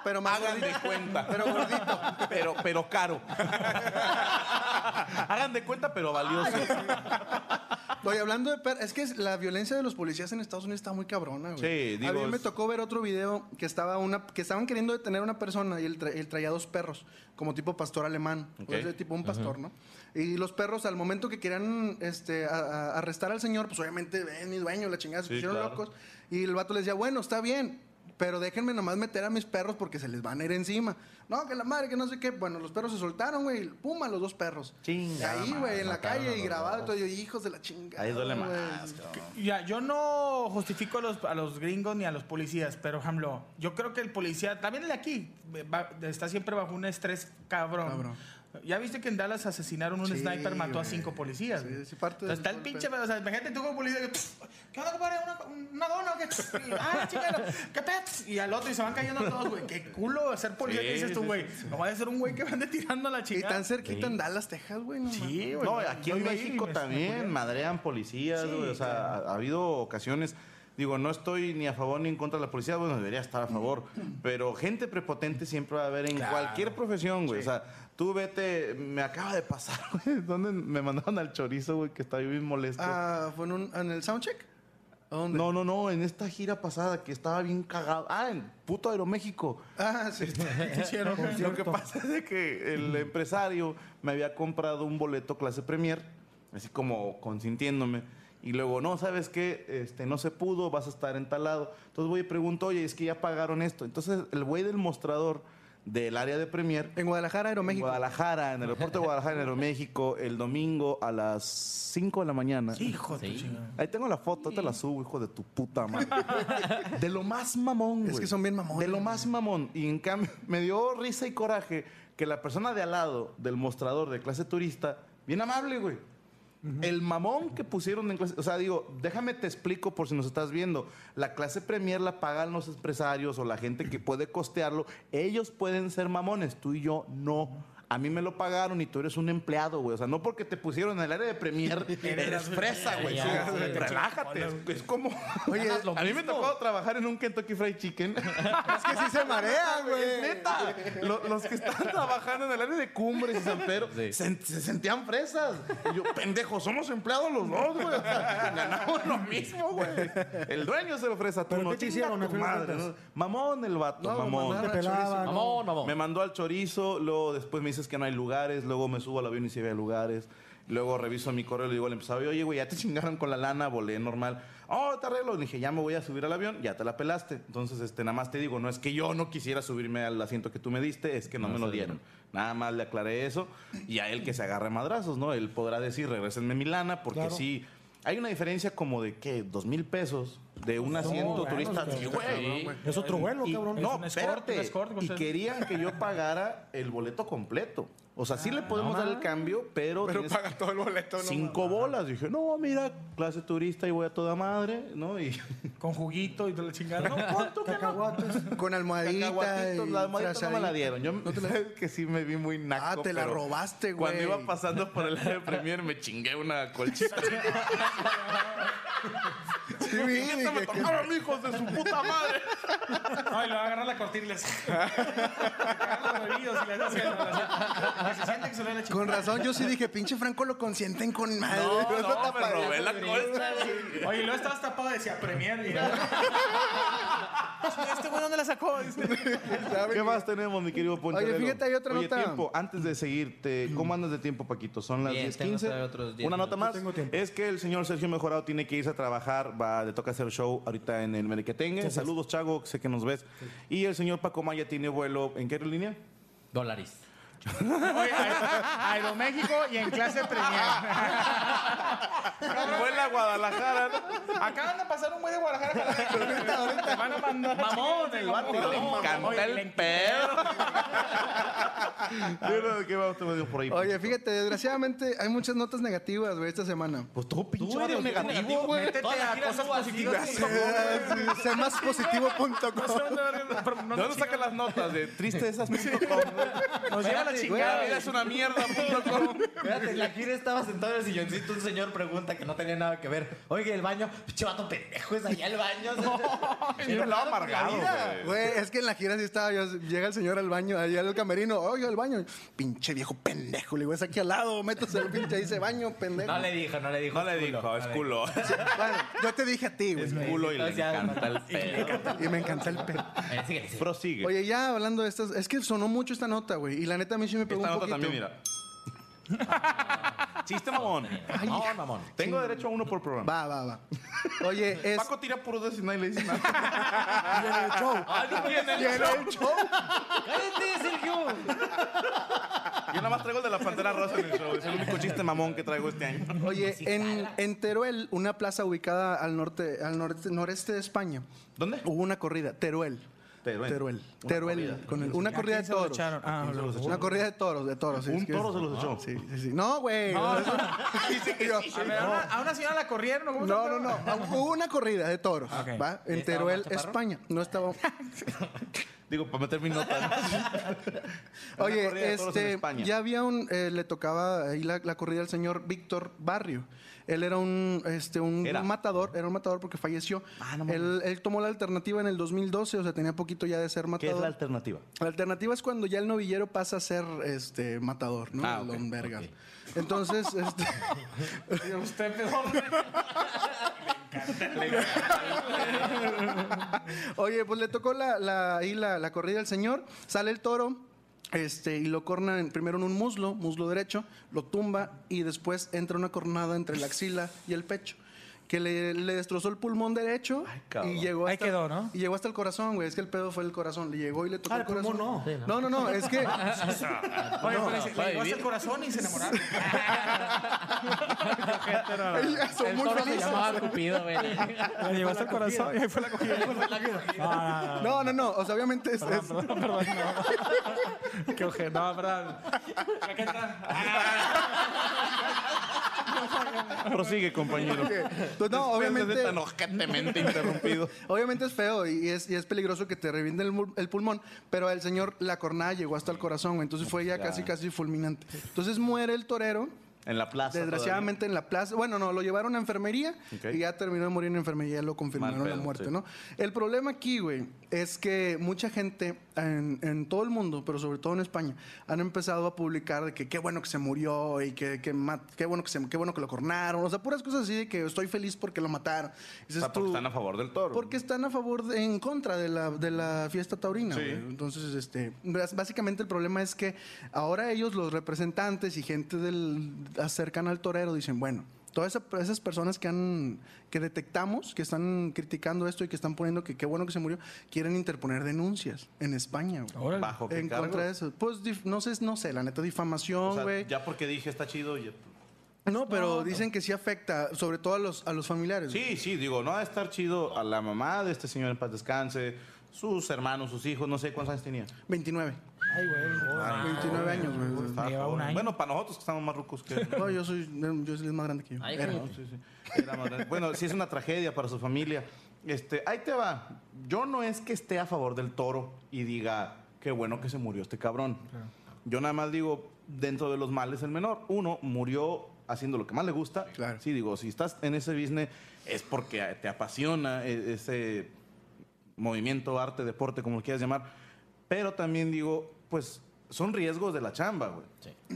Pero más
Hagan de
gordito.
cuenta.
Pero gordito.
Pero, pero caro. Hagan de cuenta, pero valioso.
Oye, hablando de per- es que es- la violencia de los policías en Estados Unidos está muy cabrona, güey.
Sí, digo,
A mí me
es-
tocó ver otro video que estaba una que estaban queriendo detener a una persona y él, tra- él traía dos perros, como tipo pastor alemán,
Ok.
o sea, tipo un pastor, ¿no? Y los perros al momento que querían este, a- a- arrestar al señor, pues obviamente ven mi dueño, la chingada, se
Sí,
pusieron
claro.
locos y el vato les decía, "Bueno, está bien, pero déjenme nomás meter a mis perros porque se les van a ir encima." No, que la madre, que no sé qué. Bueno, los perros se soltaron, güey, y pum, a los dos perros.
Chinga
Ahí,
madre,
güey, en la
mataron a
calle y
los
grabado
dos.
todo. Yo, hijos de la chingada.
Ahí duele
güey.
más.
Ya, yo no justifico a los, a los gringos ni a los policías, pero, Hamlo, yo creo que el policía, también el de aquí, eh, va- está siempre bajo un estrés cabrón.
Cabrón.
Ya viste que en Dallas asesinaron un
Sí,
sniper, mató a
güey.
cinco policías.
Sí,
güey.
sí, parte de
Entonces, está
eso
el
fue el
pinche, o sea, imagínate tú como policía que, "Pff, ¿qué onda, compadre? ¿Una, una dona o qué? Ah, chingada, ¿qué pedo? Y al otro, y se van cayendo todos, güey. Qué culo ser policía,
Sí,
¿qué dices tú,
sí,
güey? No vaya a ser un güey que ande tirando a la
Y
chingada.
tan cerquita en Dallas, Texas, güey. No, mames.
Sí, güey.
No, aquí en
Yo iba ahí y
México
me-
también madrean policías,
Sí,
güey. O sea,
claro.
ha, ha habido ocasiones. Digo, no estoy ni a favor ni en contra de la policía, bueno, debería estar a favor. Pero gente prepotente siempre va a haber en cualquier profesión, güey. O sea, tú vete, me acaba de pasar, güey, donde me mandaron al chorizo, güey, que estaba yo bien molesto.
Ah, ¿fue en, un- en el soundcheck? ¿A dónde?
No, no, no, en esta gira pasada que estaba bien cagado. Ah, en puto Aeroméxico.
Ah, sí.
Lo que pasa es de que el empresario me había comprado un boleto clase premier, así como consintiéndome. Y luego, no, ¿sabes qué? Este, no se pudo, vas a estar entalado. Entonces voy y pregunto, oye, es que ya pagaron esto. Entonces el güey del mostrador del área de premier
en Guadalajara,
en
Aeroméxico.
Guadalajara, en el aeropuerto de Guadalajara, en Aeroméxico, el domingo a las 5 de la mañana.
Hijo de tu
Sí.
chingada.
Ahí tengo la foto, te la subo, hijo de tu puta madre. De lo más mamón,
Es
güey.
que son bien mamones.
De lo más mamón. Y en cambio, me dio risa y coraje que la persona de al lado del mostrador de clase turista, bien amable, güey. El mamón que pusieron en clase, o sea, digo, déjame te explico por si nos estás viendo. La clase premier la pagan los empresarios o la gente que puede costearlo. Ellos pueden ser mamones, tú y yo no. A mí me lo pagaron y tú eres un empleado, güey. O sea, no porque te pusieron en el área de Premier, eres fresa, güey.
Ya,
Sí,
ya,
güey,
sí.
Relájate. Es- Es como.
Oye,
a mí me tocó trabajar en un Kentucky Fried Chicken.
Es que sí se marea, güey.
Neta, lo- los que están trabajando en el área de Cumbres y San Pedro
Sí.
se, se sentían fresas. Y yo, pendejo, somos empleados los dos, güey. O sea, ganamos lo mismo, güey. El dueño se lo fresa tú,
¿Pero
no
qué te
Chinga
hicieron,
tu
al final de
madre,
cuentas?
¿no? Mamón el vato,
No,
mamón.
mandaron
Te pelaban.
Mamón, mamón.
Me mandó al chorizo, luego después me dices que no hay lugares, luego me subo al avión y si había lugares. Luego reviso mi correo y le digo al empresario, oye, güey, ya te chingaron con la lana, volé normal. Oh, te arreglo. Le dije, ya me voy a subir al avión, ya te la pelaste. Entonces, este, nada más te digo, no es que yo no quisiera subirme al asiento que tú me diste, es que no, me lo dieron. Nada más le aclaré eso y a él que se agarre a madrazos, ¿no? Él podrá decir, regrésenme mi lana, porque
Claro.
sí, hay una diferencia como de, ¿qué? ¿Dos mil pesos? De un asiento
bueno,
turista.
pero
Sí,
está
güey.
Es otro vuelo,
Y-
cabrón.
No,
un escort,
espérate.
un escort, o
y
sea-
querían que yo pagara el boleto completo. O sea, sí le podemos dar el cambio, pero,
Pero
tienes
paga todo el boleto, ¿no?
cinco bolas. Dije, no, mira, clase turista y voy a toda madre, ¿no? Y
Con juguito y toda la chingada. No,
¿cuánto que no?
Cacahuates.
Con almohadita.
Cacahuatitos,
y
la almohadita no me la
frazadita.
dieron. Yo sabes que sí me vi muy naco.
Ah, te la
pero
robaste, güey.
Cuando iba pasando por el área de Premier me chingué una colchita. ¿Qué
Sí, vi,
se me
dije, que-
tocaron, hijos de su puta madre?
y le va a agarrar la cortina y les. agarra los bebidos y les hace la- Que se siente que se le da la chingada.
Con razón, yo sí dije, pinche Franco lo consienten con madre.
No,
Eso
no,
está
me
padre.
robé la colcha, güey.
Oye, luego estabas tapado y decía Premier. Y ¿Este güey dónde la sacó?
¿Sabe?
¿Qué más tenemos, mi querido Poncho?
Oye,
Herrero?
fíjate, hay otra
Oye,
nota.
tiempo, antes de seguirte, ¿cómo andas de tiempo, Paquito? Son las
Bien,
10.15.
tengo otros 10
Una nota
minutos.
más.
Yo tengo tiempo.
Es que el señor Sergio Mejorado tiene que irse a trabajar, va, le toca hacer show ahorita en el Merequetengue.
Gracias.
Saludos, Chago, sé que nos ves. Y el señor Paco Maya tiene vuelo, ¿en qué aerolínea?
Dólares.
Aeroméxico y en clase Premier.
Vuela a Guadalajara.
Acaban de pasar un güey de Guadalajara para Te van a mandar.
Mamón, el vato.
Le encanta el pedo. Yo creo que vamos a tener por ahí.
Oye,
Poncho.
fíjate, desgraciadamente hay muchas notas negativas, güey, esta semana.
Pues todo
Tú
pinche
eres
vato negativo, güey.
Métete a Pues, cosas positivas.
Sé más positivo.com.
¿De dónde sacan las notas? De tristezas.com. Nos lleva la chingada. La vida es una mierda. punto com.
Espérate, en la gira estaba sentado en el silloncito. Un señor pregunta que no tenía nada que ver. Oye, el baño, pinche vato pendejo, es allá el baño.
Yo
Enojado
estaba
por la
amargado,
vida.
güey.
Güey, es que en la gira sí estaba. yo- llega el señor al baño, allá al camerino. Oiga, al baño. Pinche viejo pendejo. Le digo, es aquí al lado. Métase al pinche. Dice baño, pendejo.
No le dijo, no le dijo.
No le
es culo,
dijo, es
no le
culo.
Bueno, yo te dije a ti,
Es
güey.
culo y le
Entonces, ya,
encanta el pedo.
Y me encanta el pelo.
Eh, síguele, síguele.
Prosigue.
Oye, ya hablando de estas. Es que sonó mucho esta nota, güey. Y la neta a mí sí me pegó
Esta
un
nota
poquito.
también, mira. Chiste mamón.
Mamón, mamón.
Tengo derecho a uno por programa.
Va, va, va. Oye, es.
Paco tira puros de y le dice nada.
¡Cállate, Sergio!
Yo nada más traigo el de la pantera rosa en el show. Es el único chiste mamón que traigo este año.
Oye, en, en Teruel, una plaza ubicada al norte, al norte, noreste de España,
¿Dónde?
hubo una corrida. Teruel.
Teruel.
Teruel.
Una
Teruel,
corrida.
con el- una corrida de toros.
Ah,
Se los echó.
Una corrida de toros, de toros. sí,
Un
es que-
toro se los echó.
Sí, sí, sí. No, güey. Yo-
A ver, ¿a una- ¿A una señora la corrieron? o cómo se
No, no,
llama?
no. Hubo una corrida de toros,
Ok.
¿va? En
¿Y estaba
Teruel,
más chaparro?
España. No estaba...
Digo, para meter mi nota. Una corrida
Oye,
de toros en
este,
España.
ya había un... eh, le tocaba ahí la, la corrida al señor Víctor Barrio. Él era un, este, un
Era. Ah,
matador, era un matador porque falleció. él, él tomó la alternativa en el 2012, o sea, tenía poquito ya de ser
¿Qué
matador.
es la alternativa?
La alternativa es cuando ya el novillero pasa a ser este matador, ¿no?
Ah,
El
ok,
don vergas. Entonces, este,
Y usted, perdón.
oye, pues le tocó la, la- ahí la, la corrida al señor, sale el toro, este, y lo corna en- primero en un muslo, muslo derecho, lo tumba y después entra una cornada entre la axila y el pecho. Que le, le destrozó el pulmón derecho
cabrón.
y llegó
Ahí
hasta,
quedó, ¿no?
y llegó hasta el corazón, güey. Es que el pedo fue el corazón. Le llegó y le tocó
Ah,
el
el pulmón
corazón.
no.
Sí,
no, no, no, es que
Oye,
No,
pues, le- le
para
llegó hasta
vivir.
el corazón y se enamoraron.
ellas son
El
muy
toro se
felices.
llamaba Cupido, güey.
Le llegó hasta el corazón y ahí fue la cogida.
No, no, no. O sea, obviamente es- es,
Perdón, perdón. Qué oje, no, perdón.
Prosigue, compañero.
Pues no, obviamente-
De tan ojetemente interrumpido.
Obviamente es feo y es, y es peligroso que te revienten el, mul- el pulmón, pero el señor la cornada llegó hasta el corazón, güey, entonces fue ya
Ya.
casi casi fulminante. Entonces muere el torero,
En la plaza.
desgraciadamente en la plaza. Bueno, no, lo llevaron a enfermería
Ok.
y ya terminó de morir en enfermería, ya lo confirmaron
Mal
la
pedo,
muerte,
sí.
¿no? El problema aquí, güey, es que mucha gente en, en todo el mundo, pero sobre todo en España, han empezado a publicar de que qué bueno que se murió y que, que ma- qué bueno que se, qué bueno que lo cornaron, o sea, puras cosas así de que estoy feliz porque lo mataron. Dices
todavía. O sea, porque
tú,
están a favor del toro.
porque están a favor, de- en contra de la, de la fiesta taurina.
Sí.
güey. Entonces, este, bas- básicamente el problema es que ahora ellos, los representantes y gente del acercan al torero, dicen, bueno, todas esa- esas personas que han que detectamos, que están criticando esto y que están poniendo que qué bueno que se murió, quieren interponer denuncias en España. güey.
Órale.
Bajo qué
En
cargos?
contra de eso. Pues dif- no sé, no sé, la neta,
O
difamación,
sea,
güey.
ya porque dije está chido. ya-
no, pero dicen que sí afecta, sobre todo a los, a los familiares. güey.
Sí, sí, digo, no va a estar chido a la mamá de este señor en paz descanse, sus hermanos, sus hijos, no sé cuántos años tenía.
29.
Ay, güey.
Ah,
joder.
29 años, güey.
Estaba
Lleva
joven.
un año.
Bueno, para nosotros que estamos más rucos que él, ¿no?
No, yo soy, yo soy el más grande que yo. Eh,
Ay,
Era.
cállate.
Sí, sí. Era más grande. Bueno, sí es una tragedia para su familia. Este, ahí te va. Yo no es que esté a favor del toro y diga, qué bueno que se murió este cabrón. Yo nada más digo, dentro de los males el menor. Uno, murió haciendo lo que más le gusta.
Claro.
Sí, digo, si estás en ese business es porque te apasiona e- ese movimiento, arte, deporte, como lo quieras llamar. Pero también digo, pues son riesgos de la chamba, güey.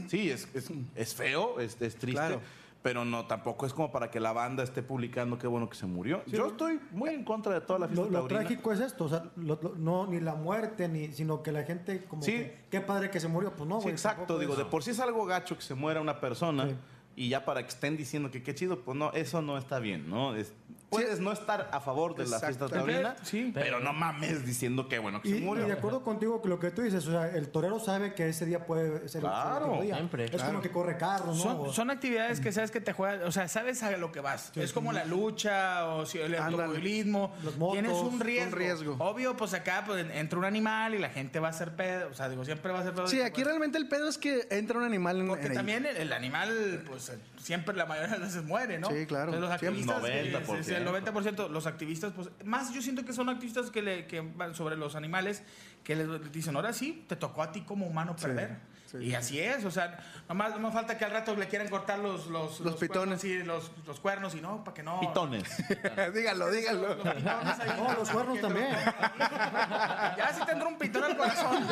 Sí, es, es, es feo, es, es triste.
Claro.
Pero no, tampoco es como para que la banda esté publicando qué bueno que se murió. Yo estoy muy en contra de toda la fiesta
Lo, lo
taurina.
trágico es esto, o sea, lo- lo- no, ni la muerte, ni, sino que la gente como
Sí.
que, qué padre que se murió, pues no,
Sí,
güey.
exacto,
tampoco
digo,
es-
de por sí es algo gacho que se muera una persona
Sí.
y ya para que estén diciendo que qué chido, pues no, eso no está bien, ¿no? Es- puedes no estar a favor de la fiesta
Exacto.
taurina,
Sí.
pero no mames diciendo qué bueno que
Y,
se
y
murió.
de acuerdo contigo que lo que tú dices, o sea, el torero sabe que ese día puede ser el
Claro,
último día.
siempre,
Es
claro.
como que corre carro, ¿no?
Son, son actividades que sabes que te juegas, o sea, sabes a lo que vas. es como la lucha o si el
Ándale.
automovilismo.
Los motos,
Tienes un riesgo.
un riesgo.
Obvio, pues acá pues, en- entra un animal y la gente va a hacer pedo. O sea, digo, siempre va a ser pedo.
Sí, aquí realmente el pedo es que entra un animal en,
Porque
en ahí.
también el, el animal, pues el- siempre la mayoría de las veces muere, ¿no?
Sí, claro.
Entonces, los
Siempre.
activistas, que-
90%.
sí, sí, el 90%, los activistas, pues más yo siento que son activistas que, le, que van sobre los animales, que les dicen, ahora sí, te tocó a ti como humano perder.
sí,
y
sí.
así es, o sea, nomás, nomás falta que al rato le quieran cortar los, los,
pitones.
cuernos, sí, los, los cuernos y no, para que no.
Pitones.
dígalo, dígalo.
Los pitones ahí.
No, los cuernos también.
ya sí tendrá un pitón al corazón.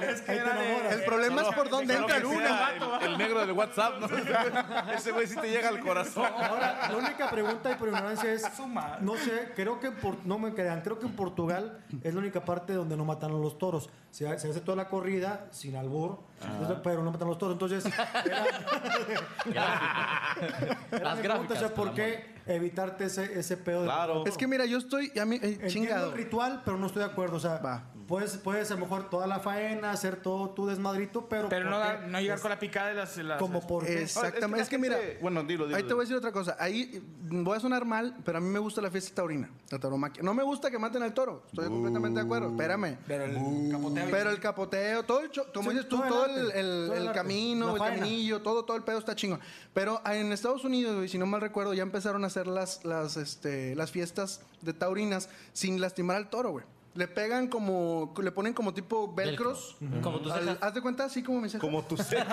es que
Ahí te
era de-
enamoras.
El problema es por dónde entra el uno.
el, el negro del WhatsApp, ¿no? Ese güey sí te llega al corazón.
Ahora, la única pregunta y por ignorancia es,
Su madre.
no sé, creo que en Por- no me crean, creo que en Portugal es la única parte donde no matan a los toros. Se, ha- se hace toda la corrida sin albur,
Ah.
entonces, pero no matan a los toros. Entonces, era, era
Las
mi pregunta, o
gráficas.
sea, ¿por
la
qué evitarte ese, ese pedo? de-
Claro.
Es que mira, yo estoy. A mí, eh,
Entiendo
chingado.
el ritual, pero no estoy de acuerdo. O sea,
Va.
puedes, puedes a lo mejor toda la faena, hacer todo tu desmadrito, pero...
Pero no,
¿por
da-
qué?
no llegar con la picada de las. las-
Como porque...
Exactamente. Es que, mira.
Bueno, dilo, dilo.
Ahí te voy a decir otra cosa. Ahí mm, voy a sonar mal, pero a mí me gusta la fiesta taurina, la tauromaquia. No me gusta que maten al toro. Estoy completamente de
Uh.
acuerdo. Espérame.
Pero el capoteo.
Pero el capoteo, todo el cho- como
Sí,
dices tú,
todo el
todo
arte,
el, el-
todo el
el
arte,
camino,
la
el
faena.
caminillo, todo, todo el pedo está chingón. Pero en Estados Unidos, güey, si no mal recuerdo, ya empezaron a hacer las, las, este, las fiestas de taurinas sin lastimar al toro, güey. Le pegan como, le ponen como tipo velcros.
Velcro. Ujú. Como tus
Al-
cejas.
Haz de cuenta, así como me cejas.
Como tú sé.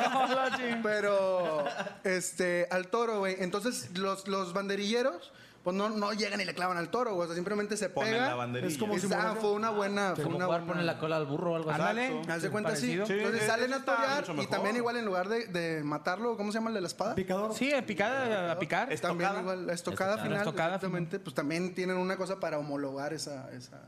Pero, este, al toro, güey. Entonces, los, los banderilleros, pues no, no llegan y le clavan al toro, güey. O sea, simplemente se
Ponen
pega.
la banderilla.
Es como
Es
si
simulación.
fue una buena. Fue
Ah, Como
una
jugar,
buena.
pone la cola al burro o algo así.
Ándale.
Exacto.
Haz de cuenta, sí.
Parecido.
Entonces
Sí,
salen
eso
a
está
torear
mucho
y
mejor.
también igual en lugar de, de matarlo, ¿cómo se llama el de la espada?
Picador.
Sí, en picada a picar.
Es-
También
Estocada.
igual, la estocada,
Estocada.
final,
Estocada
exactamente, pues también tienen una cosa para homologar esa... esa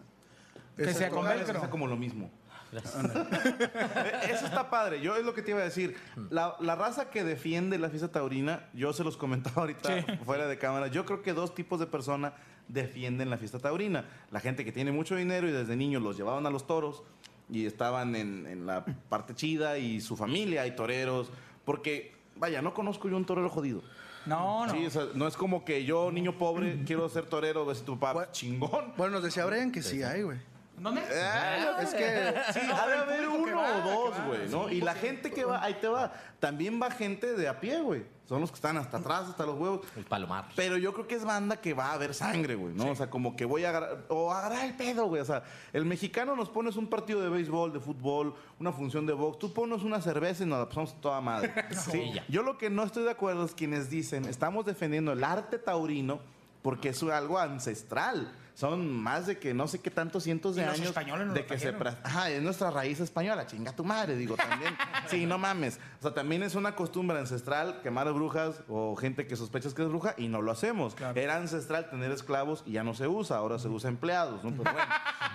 Que
esa
sea con
estocada.
velcro.
Es como lo mismo.
Gracias.
Eh, Eso está padre. Yo es lo que te iba a decir. La, la raza que defiende la fiesta taurina, yo se los comentaba ahorita
Sí.
fuera de cámara. Yo creo que dos tipos de personas defienden la fiesta taurina. La gente que tiene mucho dinero y desde niños los llevaban a los toros y estaban en, en la parte chida y su familia y toreros. Porque, vaya, no conozco yo un torero jodido.
No, no.
Sí, o sea, no es como que yo, niño pobre, quiero ser torero, ves tu papá,
Bueno.
chingón.
Bueno, nos decía Brian que sí hay, güey.
¿Dónde?
Eh.
Es que
Sí,
Sí,
ha de
el
haber
público que
uno
va,
o dos,
que va,
güey, ¿no?
sí,
Y la
por
gente que va, ahí te va, también va gente de a pie, güey. Son los que están hasta atrás, hasta los huevos.
El palomar.
Pero yo creo que es banda que va a haber sangre, güey, ¿no? O sea, como que voy a agarrar, o agarrar el pedo, güey. O sea, el mexicano nos pones un partido de béisbol, de fútbol, una función de box, tú pones una cerveza y nos la pasamos toda madre.
Sí,
Sí.
ya.
Yo lo que no estoy de acuerdo es quienes dicen, estamos defendiendo el arte taurino porque es algo ancestral. Son más de que no sé qué tantos cientos
Y
de
los
años
españoles nos
de
lo
que se
trajeron.
pra- Ajá, es nuestra raíz española, chinga tu madre, digo, también. sí, no mames. O sea, también es una costumbre ancestral quemar brujas o gente que sospechas que es bruja y no lo hacemos. Era ancestral tener esclavos y ya no se usa, ahora se usa empleados, ¿no? Pero bueno.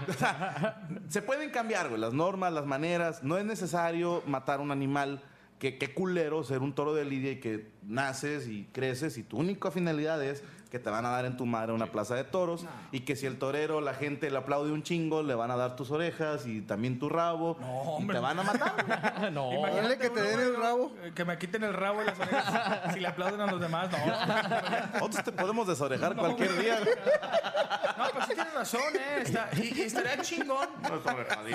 O sea, se pueden cambiar, güey, las normas, las maneras. No es necesario matar un animal. Que, qué culero ser un toro de lidia y que naces y creces y tu única finalidad es que te van a dar en tu madre una plaza de toros y que si el torero, la gente le aplaude un chingo, le van a dar tus orejas y también tu rabo y te van a matar. güey.
no.
Imagínate
Dale que te
uno,
den el
güey,
rabo.
eh, Que me quiten el rabo y las orejas. si le aplauden a los demás, no.
Otros te podemos desorejar cualquier día.
No, pues sí tienes razón, ¿eh? Está- y, y estaría chingón.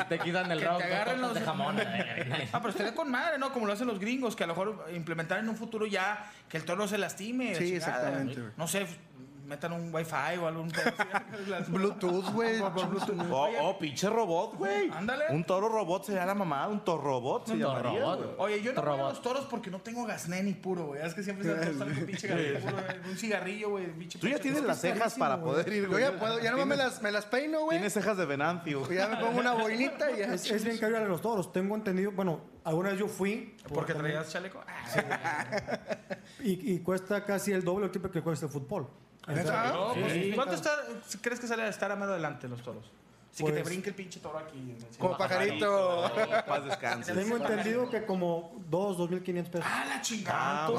Te quitan el
Que
rabo
te
con
agarren
tortas de
los-
jamón. eh,
Ah, pero estaría con madre, ¿no? Como lo hacen los gringos, que a lo mejor implementar en un futuro ya que el toro se lastime. la
Sí,
chingada.
exactamente, güey.
No sé, metan un wifi o algún...
Bluetooth, güey.
Oh, oh, pinche robot, güey.
Ándale.
Un toro robot sería la mamada, un torrobot se
Un
llamaría,
torrobot.
güey.
Oye, yo no voy a
Robot.
los toros porque no tengo gasné ni puro, güey. Es que siempre se me gusta un pinche gasné puro, güey. Un cigarrillo, güey. pinche
Tú ya
pinche-
tienes las cejas para poder ir,
Yo
güey.
ya puedo, ya nomás me las, me las peino, güey.
Tienes cejas de venancio. güey.
Ya me pongo una boinita y ya.
Es, es bien caro ir a los toros. Tengo entendido, bueno, alguna vez yo fui.
Porque traías chaleco. Ah,
Y, y cuesta casi el doble o el triple que cuesta el fútbol. O sea,
no, pues,
sí.
¿Cuánto está- crees que sale a estar a mano delante los toros? Así que te
Pues-
brinque el pinche toro aquí. en el-
Como pajarito.
Paz descanse.
tengo entendido que como 2, 2.500 pesos.
¡Ah, la chingada! tú!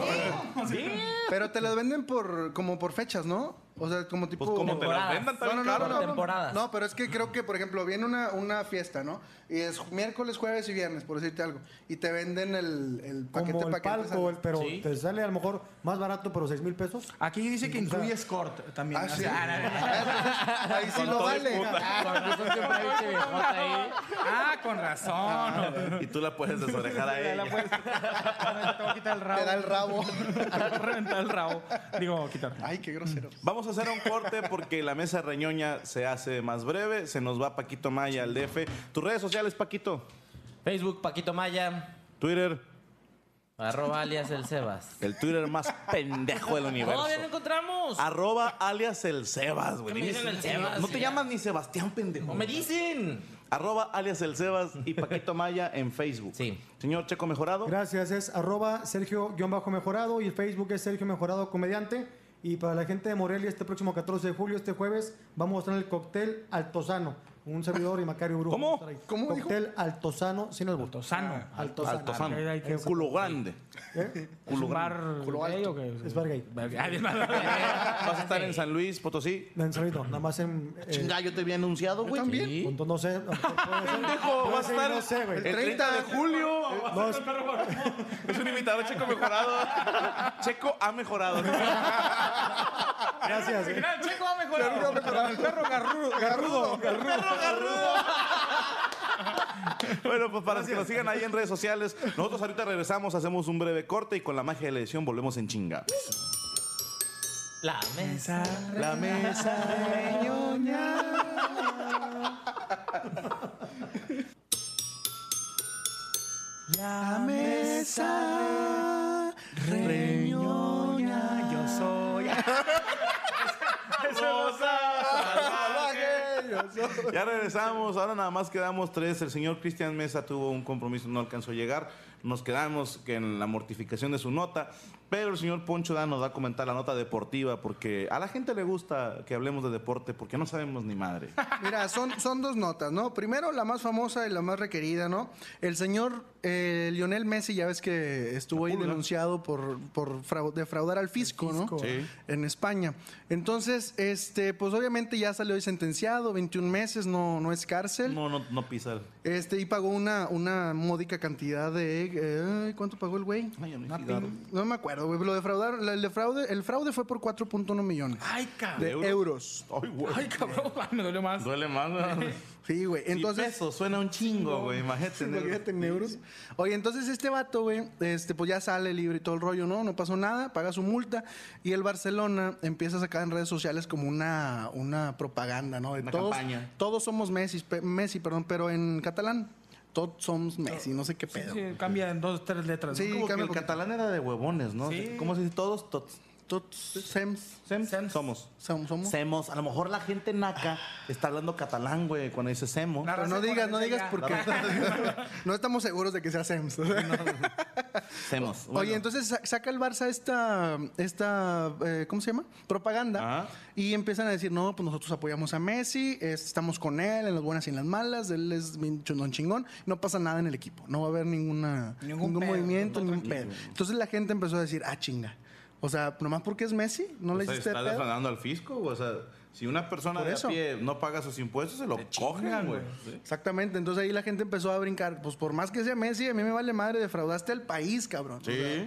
Pero te las venden por, como por fechas, ¿no? O sea, como tipo...
Pues como te las
Temporadas.
vendan
No,
también,
no, no,
caro,
no, no.
temporadas.
No, pero es que creo que, por ejemplo, viene una, una fiesta, ¿no? Y es miércoles, jueves y viernes, por decirte algo. Y te venden el, el paquete
Como el
paquete.
palco, el- pero
Sí.
te sale a lo mejor más barato, pero 6 mil pesos.
Aquí dice que incluye escort también.
Ah,
Así-
sí.
Ah,
Ahí sí lo
todo el
vale.
puta.
Con razón siempre hay ese viejote ahí.
ah, con
Ah,
razón. hombre.
Y tú la puedes desorejar a
Ya la
ella.
puedes- Te voy a quitar el rabo.
Te da el rabo.
Te voy a reventar el rabo. Digo, quitar.
Ay, qué grosero.
Vamos a hacer un corte porque la mesa reñoña se hace más breve. Se nos va Paquito Maya al DF. Tus redes sociales, Paquito.
Facebook, Paquito Maya.
Twitter.
Arroba alias el Sebas.
El Twitter más pendejo del universo.
Todavía no encontramos.
Arroba alias el Sebas, güey.
¿Qué me dicen el
Sí,
Sebas?
No te
Sí,
llamas ni Sebastián, pendejo.
No me dicen.
Arroba alias el Sebas y Paquito Maya en Facebook.
Sí.
Señor Checo Mejorado.
Gracias, es arroba Sergio-Mejorado y el Facebook es Sergio Mejorado Comediante. Y para la gente de Morelia, este próximo 14 de julio, este jueves, vamos a estar en el cóctel Altozano. Un servidor y Macario Brujo.
¿Cómo?
Vamos a estar ahí.
¿Cómo dijo?
Cóctel Altozano sin el voto.
Ah,
Tosano.
Altozano.
Altozano.
Ahí, ahí, ahí.
Culo grande.
¿Es un bar gay o qué?
Es bar gay.
Ah, es bar gay.
Vas a estar en San Luis, Potosí.
No, en Solito, nada más en... eh,
Chinga, yo te había anunciado, güey.
también.
Sí.
punto, no sé. Puede ser,
Pendejo,
puede
va a
ser,
estar
No sé,
el
güey.
30 de julio.
No, es-
Es un invitado Checo mejorado. Checo ha mejorado.
gracias. eh.
Mira, el Checo ha mejorado.
El perro garrudo. garrudo.
Bueno, pues para que nos sigan ahí en redes sociales, nosotros ahorita regresamos, hacemos un breve corte y con la magia de la edición volvemos en chinga.
La mesa.
La mesa
La mesa reñoña, yo soy.
Ya regresamos, ahora nada más quedamos tres. El señor Cristian Mesa tuvo un compromiso, no alcanzó a llegar. Nos quedamos que en la mortificación de su nota, pero el señor Poncho Dan nos va a comentar la nota deportiva porque a la gente le gusta que hablemos de deporte porque no sabemos ni madre.
Mira, son, son dos notas, ¿no? Primero, la más famosa y la más requerida, ¿no? El señor eh, Lionel Messi, ya ves que estuvo ahí denunciado por, por frau- defraudar al fisco, ¿no?
Sí.
En España. Entonces, este, pues obviamente ya salió hoy sentenciado, 21 meses, no, no es cárcel.
No, no, no pisa.
Este, y pagó una, una módica cantidad de. eh, ¿Cuánto pagó el güey?
Ay, amigo.
Una pin- No me acuerdo, defraudado, güey. Lo defraudaron. El, defraude, el fraude fue por 4.1 millones
Ay,
de
cabrón.
Ah, ¿Euros?
euros.
Ay, güey.
Ah, Ay, cabrón, me duele más.
Duele más, güey.
Sí, güey.
Entonces,
Entonces.
eso suena un chingo, güey. Imagínate. ¿no?
Imagínate en euros. Oye, entonces este vato, güey, este, pues ya sale libre y todo el rollo, ¿no? No pasó nada, paga su multa y el Barcelona empieza a sacar en redes sociales como una, una propaganda, ¿no? De
Una
todos,
campaña.
Todos somos Messi, pe- Messi, perdón, pero en catalán, todos somos Messi, no sé qué
Sí,
pedo.
sí, cambia en dos, tres letras.
Sí,
¿no?
Como que
cambia
el
poquito.
catalán era de huevones, ¿no?
Sí.
¿Cómo se dice? Todos, tots.
Todos sems,
Sem- Somos.
som- somos.
Semos. A lo mejor la gente naca está hablando catalán, güey, cuando dice semo.
Claro.
Pero no
Raza
digas, no
cuarenta ya.
digas porque no estamos seguros de que sea sems.
Semos.
Oye,
Bueno.
entonces sa- saca el Barça esta, esta eh, ¿cómo se llama? Propaganda.
Ajá.
Y empiezan a decir, no, pues nosotros apoyamos a Messi, es- estamos con él en las buenas y en las malas, él es bien chundón chingón, no pasa nada en el equipo, no va a haber ninguna, ningún,
Ningún pedo,
movimiento,
todo
ningún pedo. Entonces la gente empezó a decir, ah, chinga. O sea, nomás porque es Messi, no le
O sea,
hiciste
está
pedo.
defraudando al fisco, güey. O sea, si una persona
Por
de
eso.
a pie no paga sus impuestos, se lo cogen, güey. Sí.
Exactamente, entonces ahí la gente empezó a brincar, pues por más que sea Messi, a mí me vale madre, defraudaste al país, cabrón.
Sí.
O sea,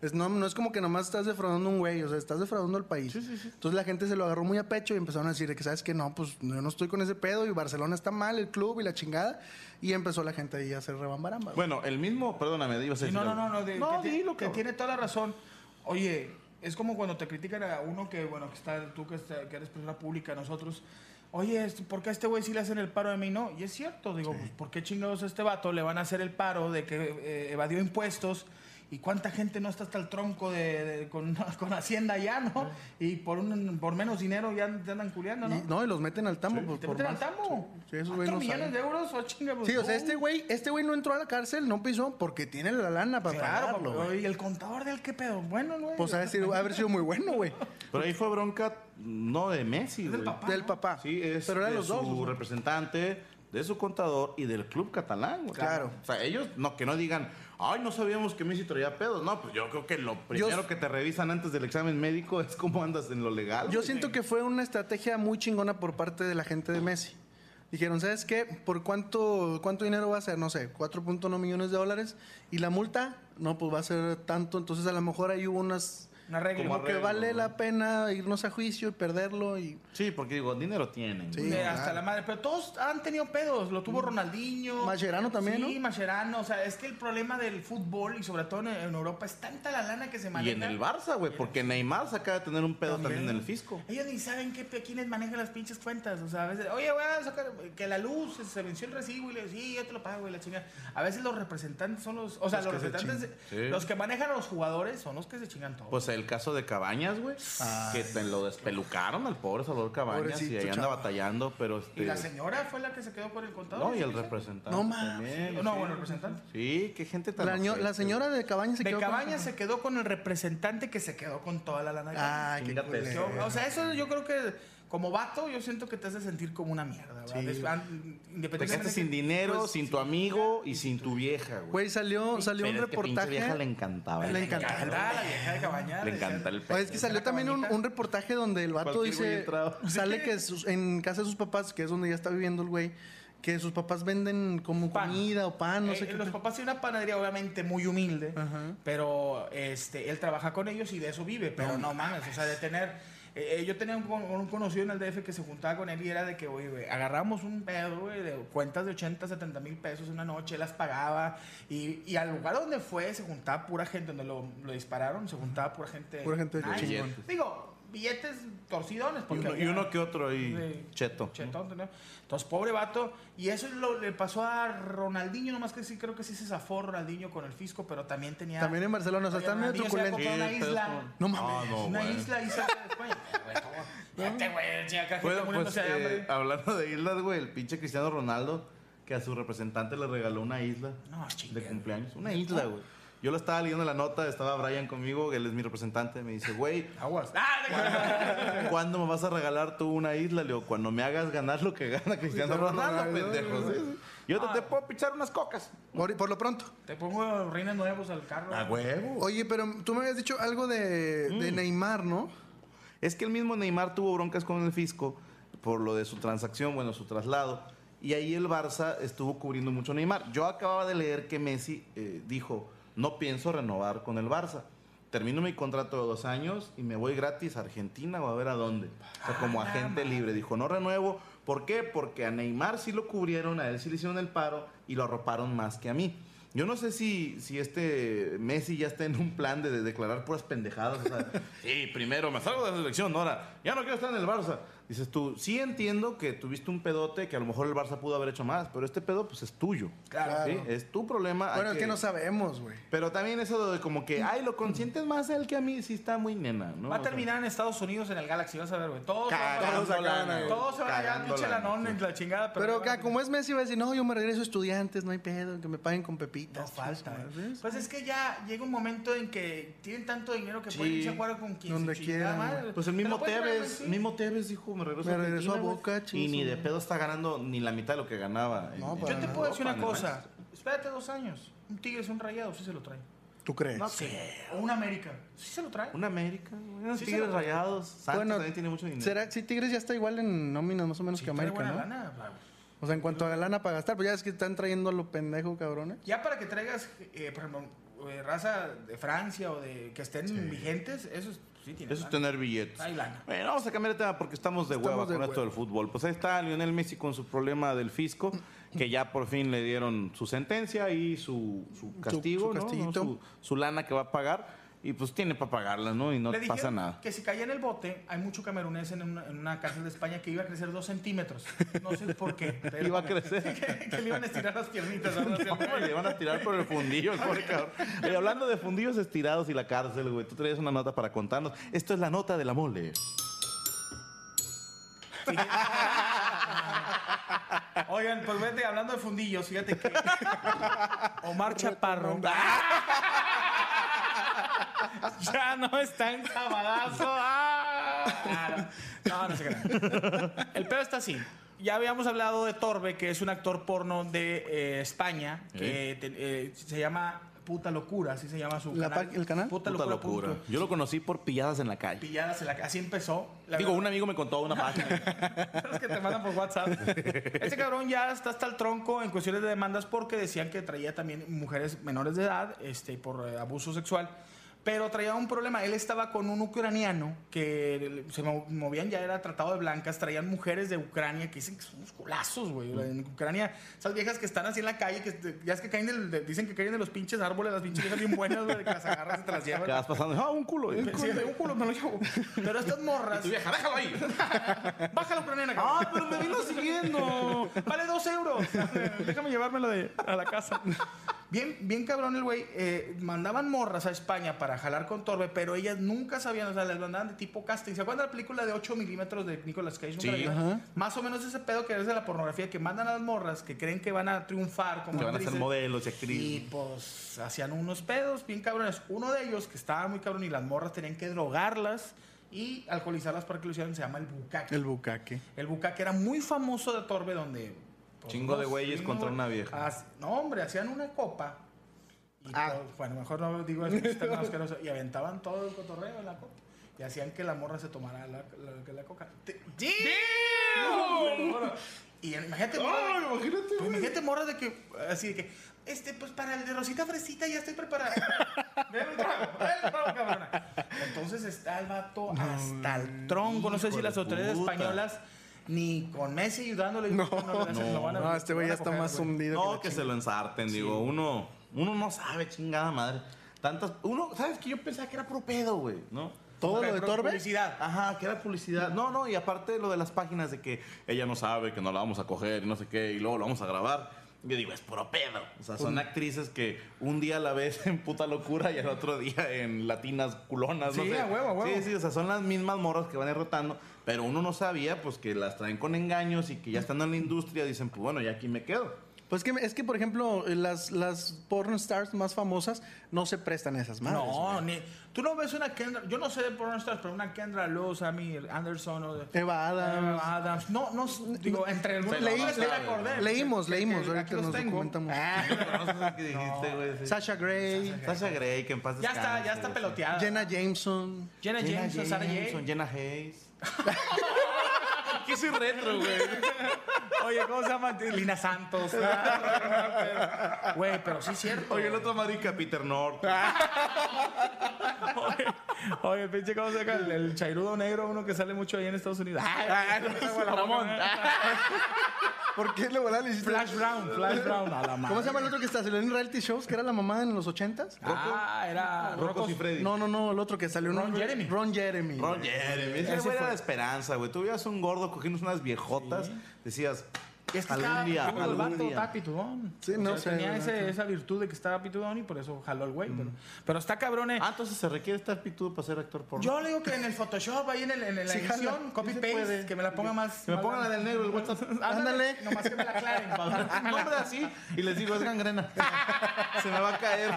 es, no, no es como que nomás estás defraudando a un güey, o sea, estás defraudando al país. Entonces la gente se lo agarró muy a pecho y empezaron a decir de que, ¿sabes que No, pues yo no estoy con ese pedo y Barcelona está mal, el club y la chingada. Y empezó la gente ahí a hacer rebambaramba. güey.
Bueno, el mismo, perdóname, ibas a
Sí,
decir
no, no,
algo.
no, no, de-
no
que, ti-
dilo,
que
cabrón.
tiene toda la razón. Oye, es como cuando te critican a uno que, bueno, que está, tú que, está- que eres persona pública, nosotros. Oye, es- ¿por qué a este güey sí le hacen el paro a mí no? Y es cierto, digo, pues, ¿por qué chingados a este vato le van a hacer el paro de que eh, evadió impuestos? ¿Y cuánta gente no está hasta el tronco de, de- con, con Hacienda ya, no? Y por, un, por menos dinero ya te andan culiando, ¿no?
Y, no, y los meten al tambo. por,
¿Te
por
meten al
más-
tambo?
Sí, esos güey
¿Cuatro
no
millones
saben.
de euros? Oh, chinga, pues,
Sí, o sea,
no.
este güey, este güey no entró a la cárcel, no pisó, porque tiene la lana para
Claro,
pagarlo,
papá,
güey.
y el contador del qué pedo. Bueno, güey.
Pues ha de ser- ha de haber sido muy bueno, güey.
Pero ahí fue bronca no de Messi,
del
güey.
papá.
Del
¿no?
papá.
Sí, es
Pero eran
de
los
su
dos. o sea.
representante, de su contador y del club catalán, güey.
Claro.
O sea, ellos no que no digan, ay, no sabíamos que Messi traía pedos. No, pues yo creo que lo primero que te revisan antes del examen médico es cómo andas en lo legal.
Yo
güey.
siento que fue una estrategia muy chingona por parte de la gente de Messi. Dijeron, ¿sabes qué? ¿Por cuánto, cuánto dinero va a ser? No sé, 4.1 millones de dólares. ¿Y la multa? No, pues va a ser tanto. Entonces a lo mejor ahí hubo unas...
Un arreglo.
Como que
arreglo,
vale
¿no?
la pena irnos a juicio y perderlo y...
Sí, porque digo, dinero tienen.
Sí.
güey.
De
claro.
hasta la madre. Pero todos han tenido pedos. Lo tuvo Ronaldinho.
Mm. Mascherano también,
sí,
¿no?
Mascherano. O sea, es que el problema del fútbol y sobre todo en, en Europa es tanta la lana que se
Y
maneja.
en el Barça, güey, porque Neymar se acaba de tener un pedo también, en el fisco.
Ellos ni saben qué, pe- quiénes manejan las pinches cuentas. O sea, a veces, oye, voy a sacar que la luz se- se venció el recibo y le sí, yo te lo pago y la chingada. A veces los representantes son los. O sea, los,
que se
representantes,
chingan. Sí.
los que manejan a los jugadores son los que se chingan todo.
Pues el caso de Cabañas, güey, que te lo despelucaron al pobre Salvador Cabañas y
Pobrecito
ahí anda
chavo.
batallando, pero este
y la señora fue la que se quedó con el contador.
No, y el
¿sí?
representante
No, mames.
también.
No,
sí.
bueno, el representante.
Sí, qué gente tan
La, ño-
ojete,
la señora de Cabañas se
De
quedó con-
Cabañas se quedó con el representante que se quedó con toda la lana. de
Ah, qué
Chingate
culero.
Yo- o sea, eso yo creo que como vato, yo siento que te hace sentir como una mierda, ¿verdad? Des- an-
Te quedaste
Independientemente.
sin dinero,
Pues,
sin tu amigo y sin tu vieja, güey.
Güey, salió, salió un
Pero es que pinche
reportaje...
vieja le encantaba.
Le
Le
Me
encantaba.
encantaba la vieja de Cabañas.
le encanta el
Oye, es que
pedo.
salió también un, un reportaje donde el vato
Cualquier güey
dice,
entrado.
sale que sus- en casa de sus papás, que es donde ya está viviendo el güey, que sus papás venden como
Pan.
comida o pan, no sé qué.
Eh, los
pe-
papás tienen una panadería obviamente muy humilde,
Ajá.
pero este, él trabaja con ellos y de eso vive, pero no, mames, o sea, de tener... eh, eh, yo tenía un, con- un conocido en el DF que se juntaba con él y era de que, oye, güey, agarramos un pedo, güey, de cuentas de 80, 70 mil pesos una noche, él las pagaba y, y al lugar donde fue se juntaba pura gente, donde lo, lo dispararon, se juntaba pura gente...
Pura gente
nice.
chingón.
Digo, billetes torcidones.
Y
Porque
uno, y
había-
uno que otro ahí,
Sí.
cheto.
Chetón, ¿no? Entonces, pobre vato. Y eso lo, le pasó a Ronaldinho, nomás que sí, creo que sí se zafó Ronaldinho con el fisco, pero también tenía.
También en Barcelona, o sea,
Oye,
está medio
Ronaldinho se había
truculento.
comprado
Sí,
una isla.
pero-
No
Ah,
mames.
no,
una
güey.
isla y se Güey, güey, ¿cómo? Fíjate, güey, chica, gente
Bueno, pues,
muriéndose de hambre.
eh, hablando de islas, güey, el pinche Cristiano Ronaldo, que a su representante le regaló una isla
No,
de
chingue.
cumpleaños. Una isla, güey. Yo lo estaba leyendo la nota, estaba Brian conmigo, él es mi representante, me dice, güey,
Aguas. Ah, de-
¿Cuándo me vas a regalar tú una isla? Le digo, cuando me hagas ganar lo que gana Cristiano Ronaldo, pendejo. sí, sí. Yo te, te puedo pichar unas cocas.
Por, por lo pronto.
Te pongo reines nuevos al carro.
Ah, huevo. Mm.
Oye, pero tú me habías dicho algo de, de Neymar, ¿no?
Es que el mismo Neymar tuvo broncas con el fisco por lo de su transacción, bueno, su traslado. Y ahí el Barça estuvo cubriendo mucho a Neymar. Yo acababa de leer que Messi eh, dijo, no pienso renovar con el Barça. termino mi contrato de dos años y me voy gratis a Argentina o a ver a dónde. O sea, como agente libre. Dijo, no renuevo. ¿Por qué? Porque a Neymar sí lo cubrieron, a él sí le hicieron el paro y lo arroparon más que a mí. Yo no sé si, si este Messi ya está en un plan de, de declarar puras pendejadas. O sea, sí, primero me salgo de la selección, ahora ya no quiero estar en el Barça. Dices tú, sí entiendo que tuviste un pedote que a lo mejor el Barça pudo haber hecho más, pero este pedo pues es tuyo.
Claro.
¿sí? Es tu problema. hay
Bueno, es que no sabemos, güey.
Pero también eso de como que, ay, lo consientes más a él que a mí, sí está muy nena, ¿no?
Va a
O sea,
terminar en Estados Unidos en el Galaxy, vas a ver, güey. Todos, se van a-
Cagando
todos se van a-
lana, güey.
todos se van allá,
Cagando
pinche
lana,
lanón
sí.
en la chingada. Pero,
Pero acá, como es Messi, va a decir, no, yo me regreso a estudiantes, no hay pedo, que me paguen con pepitas.
No falta.
Chingos,
¿eh?
¿ves?
Pues es que ya llega un momento en que tienen tanto dinero que
Sí.
pueden irse a jugar con quien
Donde
se chingada
quieran,
madre.
güey.
Pues el
Te
mismo
lo puedes poner,
Tevez,
güey, sí.
mismo Tevez dijo, me regresó
Me regresó
Argentina,
a Boca,
güey.
chingue
Y ni
su
de
madre.
pedo está ganando ni la mitad de lo que ganaba. en-
No,
en
para
Yo te
nada.
puedo decir una
Europa, ni
cosa.
más.
Espérate dos años. Un Tigres, un Rayado, sí se lo trae.
¿Tú crees?
No
Sí.
sé.
O un América, sí se lo trae.
Un América, güey, unos
Sí, se
Tigres
lo-
Rayados. Santos
Bueno,
también tiene mucho dinero.
¿Será si Tigres ya está igual en nóminas más o menos
Sí
que
trae
América,
buena
no?
lana, bravo.
O sea, en cuanto a lana para gastar, pues ya es que están trayendo a lo pendejo, cabrones.
Ya para que traigas, eh, por ejemplo, eh, raza de Francia o de que estén vigentes, eso es- sí tiene.
Eso es
lana.
tener billetes.
Hay lana.
Bueno, vamos a cambiar de tema porque estamos de
Estamos
hueva
de
con esto
hueva.
del fútbol. Pues ahí está Lionel Messi con su problema del fisco, que ya por fin le dieron su sentencia y su, su castigo,
su
¿no?
castiguito.
Su, su lana que va a pagar. Y pues tiene para pagarla, ¿no? Y no
Le
pasa
dijeron
nada.
Que si caía en el bote, hay mucho camerunés en una, en una cárcel de España que iba a crecer dos centímetros. No sé por qué. pero-
Iba a crecer.
que, que le iban a estirar las piernitas. ahora sí,
No,
güey.
le van a tirar por el fundillo, el pobre cabrón. Oye, hablando de fundillos estirados y la cárcel, güey, tú traías una nota para contarnos. Esto es la nota de la mole.
Oigan, pues vete hablando de fundillos, fíjate que Omar Chaparro ya no está en Sabadazo. Ah, no, no, no se crean. El pedo está así. Ya habíamos hablado de Torbe, que es un actor porno de eh, España, que te- eh, se llama Puta Locura, así se llama su
La
canal.
pa- el canal?
Puta,
Puta
Locura. punto.
locura. Yo lo conocí por pilladas en la calle.
Pilladas en la ca- Así empezó. La
Digo,
verdad-
un amigo me contó una página.
los que te mandan por WhatsApp. Este cabrón ya está hasta el tronco en cuestiones de demandas porque decían que traía también mujeres menores de edad este, por eh, abuso sexual. Pero traía un problema. Él estaba con un ucraniano que se mo- movían, ya era tratado de blancas. Traían mujeres de Ucrania que dicen que son unos culazos, güey. En Ucrania, esas viejas que están así en la calle, que te- ya es que caen del- de- dicen que caen de los pinches árboles, las pinches viejas bien buenas, güey, que las agarras y te las
Te
llevas.
vas pasando. Ah, un culo. Un
Sí,
culo.
un culo me lo llevo. Pero estas morras.
Tu vieja, déjalo ahí.
Bájalo, ucraniana, cabrón.
Ah, pero me vino siguiendo.
Vale dos euros. Déjame llevármelo de, a la casa. Bien, bien cabrón el güey. eh, mandaban morras a España para jalar con Torbe, pero ellas nunca sabían, o sea, las mandaban de tipo casting. ¿Se acuerdan de la película de 8 milímetros de Nicolas Cage? Nunca la vieron. Más o menos ese pedo que es de la pornografía, que mandan a las morras que creen que van a triunfar como
Que van a ser
actrices.
modelos y
Y
actrices.
pues hacían unos pedos bien cabrones. Uno de ellos, que estaba muy cabrón y las morras tenían que drogarlas y alcoholizarlas para que lo hicieran, se llama el bucaque.
El bucaque.
El bucaque era muy famoso de Torbe, donde. pues,
Chingo de
unos-
güeyes
unos-
contra una vieja.
As- no, hombre, hacían una copa. Y todo- bueno, mejor no digo eso, está más asqueroso. Y aventaban todo el cotorreo en la copa. Y hacían que la morra se tomara la, la- la coca. Te- ¡Sí! Y imagínate, morra, de- pues, imagínate, morra de que. Así de que. Este, pues para el de Rosita Fresita ya estoy preparada. Ven, trago, ven, trago, cabrona. Entonces está el vato hasta el tronco. No sé si
hijo
las
de
autoridades
puta.
españolas, ni con Messi ayudándole.
No,
le hacen- lo van a-
no, este güey
lo
ya
van a
está
coger,
más
güey.
hundido.
No,
la
que
chingada.
se lo ensarten, digo, uno, uno no sabe, chingada madre. Tantas, uno, ¿sabes que Yo pensaba que era puro pedo, güey, ¿no?
¿Todo lo de
Pero
Torbe?
Publicidad.
Ajá, que era publicidad. No, no, y aparte lo de las páginas de que ella no sabe, que no la vamos a coger y no sé qué, y luego lo vamos a grabar. Yo digo, es puro pedo. O sea, son actrices que un día la ves en puta locura y al otro día en latinas culonas, no
Sí,
sé.
a huevo, a huevo.
Sí, sí, o sea, son las mismas morras que van a ir rotando, pero uno no sabía, pues, que las traen con engaños y que ya estando en la industria dicen, pues, bueno, ya aquí me quedo.
Pues que, es que, por ejemplo, las, las porn stars más famosas no se prestan a esas madres.
No,
güey.
ni, tú no ves una Kendra, yo no sé de pornstars, pero una Kendra Luz, Amy Anderson o de-
Eva Adams.
Ah,
Eva Adams. No, no, digo, entre el
Eh, Leí-
no,
le-
me acordé.
leímos,
¿eh? Que- que-
leímos,
que
ahorita
aquí los
nos
tengo.
documentamos.
Ah,
¿Qué dijiste, Ah, güey? Sí.
Sasha Gray,
Sasha Grey, que en paz
Ya está, ya
descanse,
está
güey.
peloteada.
Jenna Jameson.
Jenna Jameson, Sarah Jane.
Jenna Hayes. que soy retro, güey.
Oye, ¿cómo se llama? Lina Santos. Ah, Güey, pero sí es cierto.
Oye, el otro marica, Peter North.
Ah, Oye, oye, pinche, ¿cómo se llama? El, el chairudo negro, uno que sale mucho ahí en Estados Unidos. Ah, Ramón.
¿Por qué le volá le hiciste?
Flash Brown, Flash Brown, a la madre.
¿Cómo se llama el otro que está? salió en reality shows? Que era la mamá en los ochentas.
Ah, era
Rocco
Rocco
y Freddy.
No, no, no, el otro que salió en
Ron
un-
Jeremy.
Ron Jeremy.
Ron Jeremy. Ese güey era la esperanza, güey. Tú veías un gordo cogiendo unas viejotas, decías,
Es que
algún
estaba-
día,
como el
algún
vato
día.
estaba pitudón.
Sí, no sé,
Tenía
la
ese-
neta.
esa virtud de que estaba pitudón y por eso jaló al güey. Pero, pero está cabrón, eh.
Mm. Ah, entonces se requiere estar pitudo para ser actor porno.
Yo le digo que en el Photoshop, ahí en, el, en la
Sí, jala.
edición, copy
Sí se
paste,
puede.
que me la ponga más.
Que me
más
pongan la
grande.
del negro, el WhatsApp.
Ándale.
Nomás que me la aclaren, pa-
Un nombre así y les digo, es gangrena. Se me va a caer.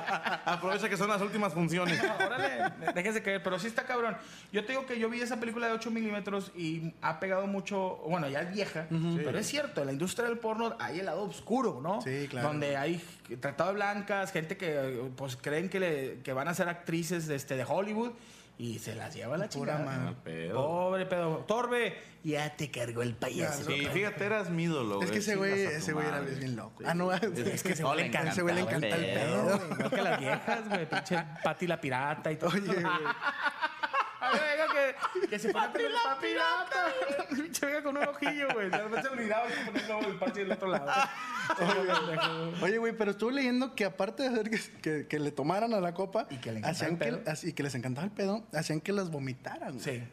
Aprovecha que son las últimas funciones.
Órale, déjense caer, pero sí está cabrón. Yo te digo que yo vi esa película de 8 milímetros y ha pegado mucho, bueno, ya es vieja, pero es cierto, en la industria del porno hay el lado oscuro, ¿no?
Sí, claro.
Donde hay tratado de blancas, gente que pues creen que, le- que van a ser actrices de, este, de Hollywood y se las lleva la
Pura madre.
chingada.
Mal
pedo.
Pobre pedo. Torbe, ya te cargó el payaso.
Y fíjate, eras mi ídolo, güey.
Es que ese güey,
Chingas a tu
ese güey era
madre.
bien loco. Ah, no, es que
ese güey le encanta,
ese güey le encanta el
güey.
pedo.
Pedo, güey, igual que las viejas, güey, pinche Pati la pirata y todo.
Oye, güey.
A ver, venga, que, que se pone a pelear la pirata. Pinche venga con un ojillo, güey. De repente se miraba y se ponía el ojo del parche del otro lado.
Oye, güey, pero estuve leyendo que aparte de hacer que, que- que le tomaran a la copa
Y que le encantaba
hacían
el
que,
pedo.
así- y que les encantaba el pedo, hacían que las vomitaran. güey.
Sí.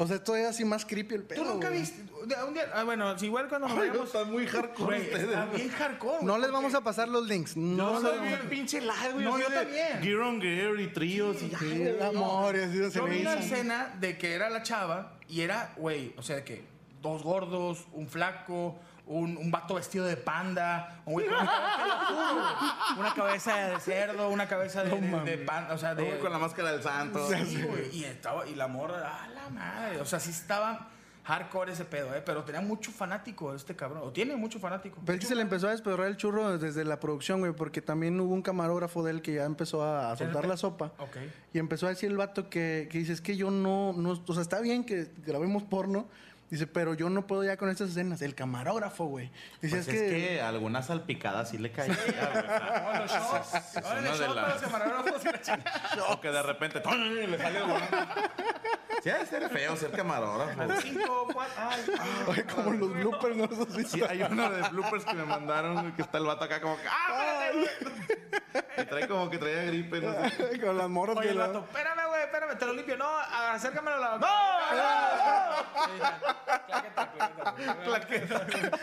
O sea, esto es así más creepy el pedo.
¿Tú nunca
güey.
viste? de- Un día, ah, bueno, si igual cuando nos
Ay, no,
vayamos...
están muy hardcore
Güey,
ustedes.
están bien hardcore.
No les vamos a pasar los links. No,
No,
les
soy
vamos
bien pinche live, güey.
No,
así
yo
de
también.
Gear on Gear y tríos. y-
a- Sí, el amor, y así se
Yo vi
ve
la
insano.
escena de que era la chava y era, güey, o sea, que dos gordos, un flaco, un, un vato vestido de panda, un güey con te lo juro, güey, una cabeza de cerdo, una cabeza de, de- de panda, o sea,
Ay,
de...
güey, Con la máscara del santo.
Sí, güey, y, estaba, y la morra, a la madre, o sea, sí estaba hardcore ese pedo, eh, pero tenía mucho fanático este cabrón, o tiene mucho fanático.
Pero es que se le empezó a despedorrar el churro desde la producción, güey, porque también hubo un camarógrafo de él que ya empezó a, a soltar la sopa.
Ok.
Y empezó a decir el vato que, que dice, es que yo no, no, o sea, está bien que grabemos porno, dice, pero yo no puedo ya con estas escenas. El camarógrafo, güey. Dice,
Pues
es, que...
algunas salpicadas sí le caía, güey.
Ahora Ah, los shots, ahora
una
los
de
shots
las-
para los camarógrafos y la chingada.
O que de repente ¡tum! le sale el Sí, ha de ser feo ser camarógrafo. güey.
Cinco, cuatro, ay, ay.
Oye, como los bloopers, ¿no? Esos sí
Sí,
está-
hay uno de bloopers que me mandaron güey, que está el vato acá como que, ¡ah, espérate, güey! Y trae como que traía gripe, no sé.
con las morras
Oye,
que
el
la-
vato, espérame, güey, espérame, te lo limpio. No, acércamelo a la. ¡No!
Claqueta.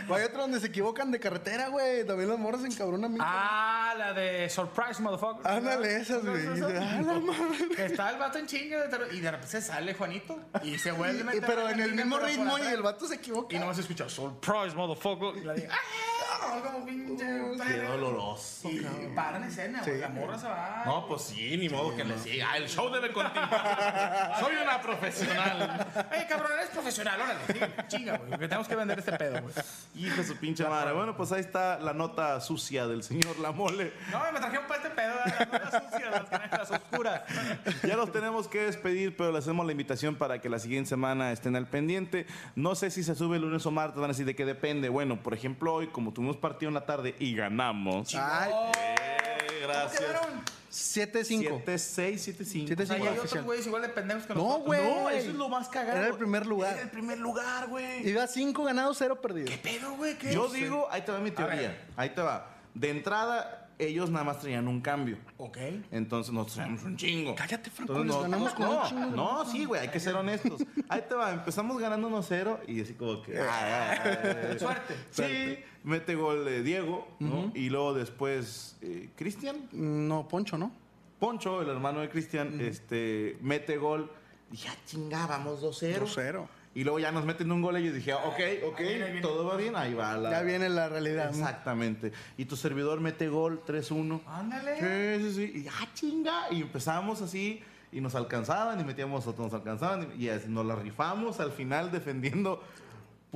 O Hay otro donde se equivocan de carretera, güey. También las morras se encabronan. bien
Ah, la de Surprise, motherfucker.
cabrón. Ándale, esas, güey. Y dice, "Ah, la madre".
Que está el vato en chinga de terror, y de repente se sale Juanito y se vuelve a
Y-
meter
Pero
la
en el
línea
mismo
por- por
ritmo y
atrás.
el vato se equivoca.
Y nomás se escucha Surprise, motherfucker. Y la de. ¡Ah! Como pinche.
Qué doloroso.
Y paran escena, güey. La morra se va.
No, pues sí, ni modo que le siga. Ah, El show debe continuar. Soy una profesional.
Oye, cabrón, eres profesional, órale. sí, Chinga, güey. Que tenemos que vender este pedo, güey.
Hijo de su pinche madre. Bueno, pues ahí está la nota sucia del señor La Mole.
No, me trajeron para este pedo, las notas sucias, las canetas oscuras.
Ya los tenemos que despedir, pero le hacemos la invitación para que la siguiente semana estén al pendiente. No sé si se sube el lunes o martes, van a decir de qué depende. Bueno, por ejemplo, hoy, como tuvimos partido en la tarde y ganamos.
Ay,
Eh, gracias.
quedaron?
7-5.
7-6, 7-5.
O sea, y hay
7-5
otros
oficial.
güeyes igual de pendejos que
No,
nosotros.
güey.
No, eso es lo más cagado.
Era el primer lugar.
Era el primer lugar, güey.
Iba 5 ganados, 0 perdidos.
Pero, güey, ¿qué?
Yo digo, ahí te va mi
ver.
teoría. Ahí te va. De entrada, ellos nada más traían un cambio.
Ok.
Entonces nosotros traíamos un chingo.
Cállate, Franco,
Entonces,
les
no-
ganamos con
no,
un chingo de
No, sí, güey, hay que ser honestos. Ahí te va, empezamos ganando 1-0 y así como que. ay, ay, ay.
Suerte.
Sí, mete gol de Diego, ¿no? Y luego después, eh, Cristian,
No, Poncho, ¿no?
Poncho, el hermano de Cristian, este, mete gol. Y ya chingábamos 2-0.
2-0.
Y luego ya nos meten un gol y yo dije, ah, ok, ok, todo va bien, ahí va la...
Ya viene la realidad. ¿no?
Exactamente. Y tu servidor mete gol 3-1.
Ándale.
Sí, sí, sí. Y ah, chinga. Y empezamos así y nos alcanzaban y metíamos otro, nos alcanzaban y, y así nos la rifamos al final defendiendo.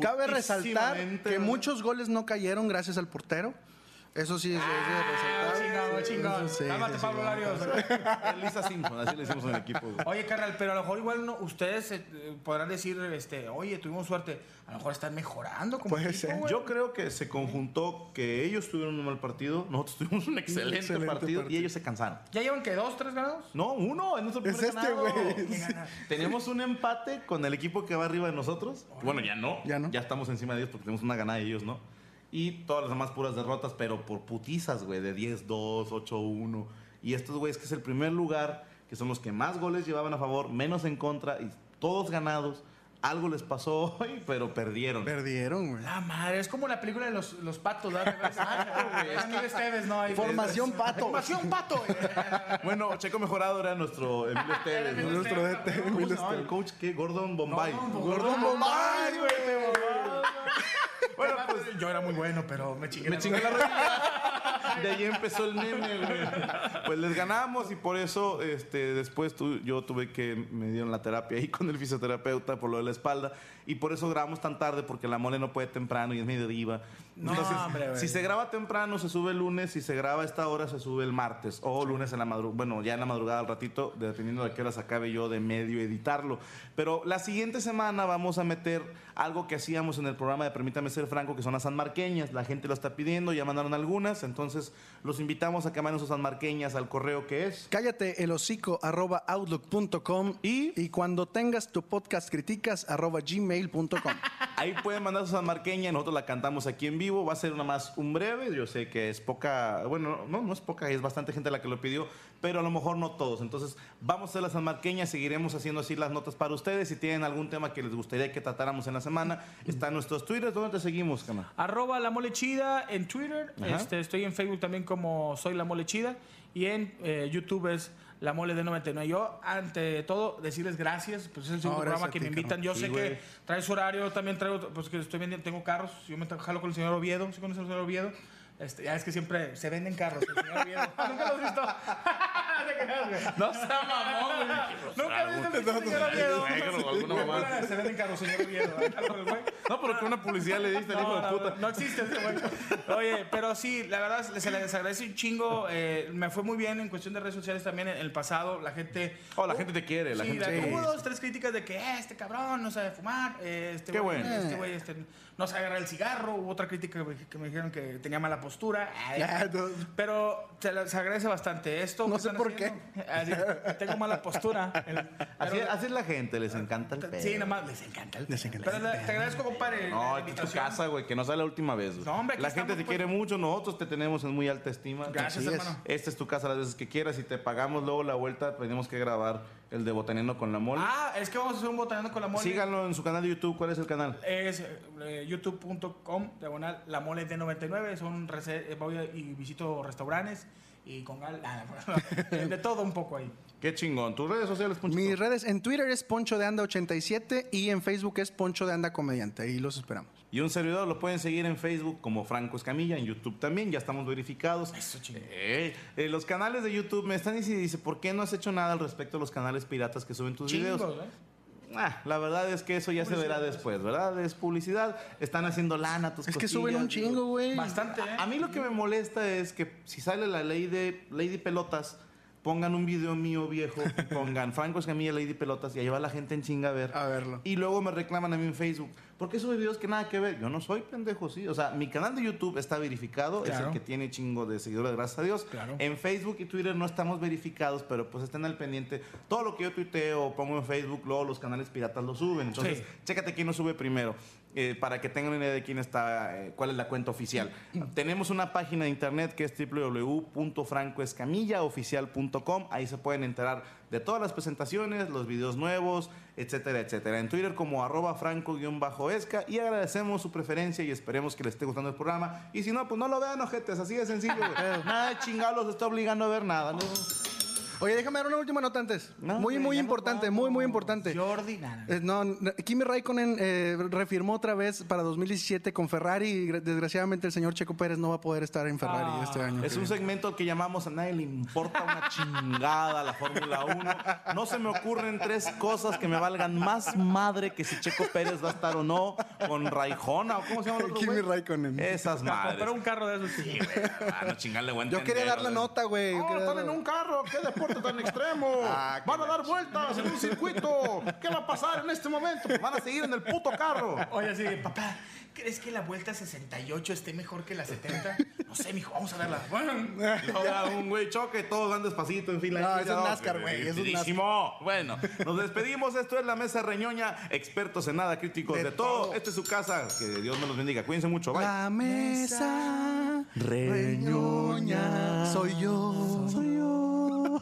Cabe resaltar
putísimamente,
que
¿verdad?
muchos goles no cayeron gracias al portero. Eso sí es, es de resaltar.
Ah, Chingado,
Sí,
chingado.
eso sí,
Cálmate,
sí,
Pablo
sí.
Larios.
Lisa Simpson, así le hicimos en el equipo. güey.
Oye, carnal, pero a lo mejor igual no- ustedes eh, eh, podrán decir, este, oye, tuvimos suerte. A lo mejor están mejorando como
Puede
equipo,
ser.
güey.
Yo creo que se conjuntó que ellos tuvieron un mal partido, nosotros tuvimos un excelente,
excelente
partido, y
partido.
ellos se cansaron.
¿Ya llevan que dos, tres ganados?
No, uno, es nuestro
Es
primer
este,
ganado.
güey.
¿Qué gana?
Tenemos un empate con el equipo que va arriba de nosotros. Bueno, ya no.
Ya no.
estamos encima de ellos porque tenemos una ganada de ellos, ¿no? Y todas las demás puras derrotas, pero por putizas, güey, de 10-2, 8-1. Y estos güeyes que es el primer lugar, que son los que más goles llevaban a favor, menos en contra, y todos ganados. Algo les pasó hoy, pero perdieron.
Perdieron, güey.
La madre, es como la película de los, los patos, ¿verdad? Exacto, güey. Es Emilio Esteves, ¿no? Ahí-
Formación pato.
Formación pato, güey.
Bueno, Checo Mejorado era nuestro Emilio Esteves. ¿no?
Emilio Nuestro DT,
¿Cómo se
Emilio
llamaba?
No, el coach que Gordon Bombay.
Gordon
Gordon Bombay, güey.
Bueno, pues yo era muy bueno, pero me chingué.
Me
la
chingué la rodilla. De ahí empezó el meme, güey. Pues les ganamos y por eso este, después tu- yo tuve que me dieron la terapia ahí con el fisioterapeuta por lo de la espalda. Y por eso grabamos tan tarde, porque la mole no puede temprano y es medio diva.
No, hombre, güey.
si se graba temprano, se sube el lunes. Si se graba a esta hora, se sube el martes. O lunes en la madrugada. Bueno, ya en la madrugada al ratito, dependiendo de qué horas acabe yo de medio editarlo. Pero la siguiente semana vamos a meter algo que hacíamos en el programa de Permítame Ser Franco, que son las sanmarqueñas. La gente lo está pidiendo, ya mandaron algunas. Entonces, los invitamos a que manden sus sanmarqueñas al correo que es.
Cállate el hocico arroba outlook.com y, y cuando tengas tu podcast criticas arroba gmail.com.
Ahí pueden mandar su sanmarqueña, nosotros la cantamos aquí en vivo. Va a ser una más un breve, yo sé que es poca, bueno, no, no es poca, es bastante gente la que lo pidió, pero a lo mejor no todos. Entonces, vamos a hacer la sanmarqueña, seguiremos haciendo así las notas para ustedes. Si tienen algún tema que les gustaría que tratáramos en la semana, están nuestros twitters. ¿Dónde te seguimos, Cana?
Arroba la mole chida en Twitter.
Ajá.
Este, estoy en Facebook también como soy la mole chida. Y en eh, YouTube es la mole de 99. Yo, ante todo, decirles gracias. Pues es el segundo
No, gracias
programa
a
que
ti,
me invitan.
carnal.
Yo
Sí,
sé
güey.
que traes horario, también traigo, pues que estoy vendiendo, tengo carros. Yo me tra- jalo con el señor Oviedo. ¿Sí conoces al señor Oviedo? Este, ya es que siempre se venden carros. El señor Oviedo. Nunca lo has visto. Te creas, güey.
No se mamón, güey.
Nunca has visto el pinche señor Oviedo.
Negro, alguna mamá.
Se venden carros, señor Oviedo. Ahí está el güey.
No, porque una publicidad le diste al hijo de
No,
puta.
no, no existe ese güey. Oye, pero sí, la verdad se les agradece un chingo. eh, me fue muy bien en cuestión de redes sociales también en el pasado. La gente.
Oh, la gente te quiere, la
Sí,
gente
la-
te
hubo
quiere.
dos, tres críticas de que "Eh, este cabrón no sabe fumar, eh, este
Qué
güey,
bueno.
este güey este, no sabe agarrar el cigarro, hubo otra crítica que me- que me dijeron que tenía mala postura. Ay,
Ya, no.
pero se les agradece bastante esto.
No
que
sé
están
por qué.
haciendo. Así, tengo mala postura.
Así,
Pero-
así es la gente, les encanta el pedo.
Sí, nada más les encanta el
Les encanta
Pero la- te agradezco, compadre.
No, esta
la
es tu
invitación.
casa, güey, que no sea la última vez. güey.
No, hombre, aquí
la gente
estamos,
te
pues.
quiere mucho, nosotros te tenemos en muy alta estima.
Gracias,
Así es.
hermano.
Esta es tu casa las veces que quieras y te pagamos luego la vuelta. Tenemos que grabar el de Botaneando con la Mole.
Ah, es que vamos a hacer un botanando con la mole.
Síganlo en su canal de YouTube. ¿Cuál es el canal?
Es eh, youtube.com, diagonal, la mole de 99. Son rece- eh, voy a- y visito restaurantes y con gal- ah, de de todo un poco ahí.
Qué chingón. Tus redes sociales, Poncho.
Mis redes en Twitter es Poncho de Anda 87 y en Facebook es Poncho de Anda Comediante. Ahí los esperamos.
Y un servidor lo pueden seguir en Facebook como Franco Escamilla, en YouTube también, ya estamos verificados.
Eso, chingón.
Eh, eh, los canales de YouTube me están diciendo, dice, ¿por qué no has hecho nada al respecto a los canales piratas que suben tus
Chingos,
videos?
¿eh?
Ah, la verdad es que eso ya se verá después, ¿verdad? Es publicidad, están haciendo lana, tus
Es que suben
cosillas,
un chingo, güey.
Bastante, ¿eh?
A mí lo que me molesta es que si sale la ley de Lady Pelotas, pongan un video mío viejo, y pongan Franco Escamilla Lady Pelotas y ahí va la gente en chinga a ver.
A verlo.
Y luego me reclaman a mí en Facebook, ¿por qué sube videos que nada que ver? Yo no soy pendejo, sí. O sea, mi canal de YouTube está verificado, es el
Claro.
que tiene chingo de seguidores, gracias a Dios.
Claro.
En Facebook y Twitter no estamos verificados, pero pues estén al pendiente. Todo lo que yo tuiteo o pongo en Facebook, luego los canales piratas lo suben. Entonces,
Sí.
chécate quién lo sube primero. eh, para que tengan una idea de quién está, eh, cuál es la cuenta oficial. Tenemos una página de internet que es www.francoescamillaoficial.com. Ahí se pueden enterar de todas las presentaciones, los videos nuevos, etcétera, etcétera. En Twitter como arroba franco-esca. Y agradecemos su preferencia y esperemos que les esté gustando el programa. Y si no, pues no lo vean, ojetes. Así de sencillo, güey. Nada de chingados los está obligando a ver nada. ¿no?
Oye, déjame dar una última nota antes.
No,
muy,
hombre,
muy
ya no
importante,
vamos.
muy, muy importante.
Jordi, nada.
Eh, no, n- Kimi Raikkonen eh, reafirmó otra vez para 2017 con Ferrari y gra- desgraciadamente el señor Checo Pérez no va a poder estar en Ferrari este año.
Ah, Es un segmento que llamamos a nadie le importa una chingada la Fórmula 1. No se me ocurren tres cosas que me valgan más madre que si Checo Pérez va a estar o no con Raijona o cómo se llama el otro
Kimi
güey? Eh,
Raikkonen.
Esas madres.
Comprar un carro de esos.
Sí, güey, van a chingarle buen
Yo quería
tendero,
dar la
güey.
nota, güey. Yo
Oh,
quería
están
dar-
en un carro, qué deporte tan extremo.
Ah, qué
van a dar vueltas en un circuito. ¿Qué va a pasar en este momento? Pues Van a seguir en el puto carro.
Oye, así, de, papá, ¿crees que la vuelta 68 esté mejor que la 70? No sé, mijo, vamos a verla.
Ya un güey choque, todos van despacito en fila.
No,
Ya,
eso es
no,
NASCAR,
que-
güey, eso es
rapidísimo. Bueno, nos despedimos. Esto es La Mesa Reñoña. Expertos en nada, críticos de,
De
todo.
todo.
Esta es su casa. Que Dios me los bendiga. Cuídense mucho. Bye.
La mesa reñoña soy yo. Soy yo.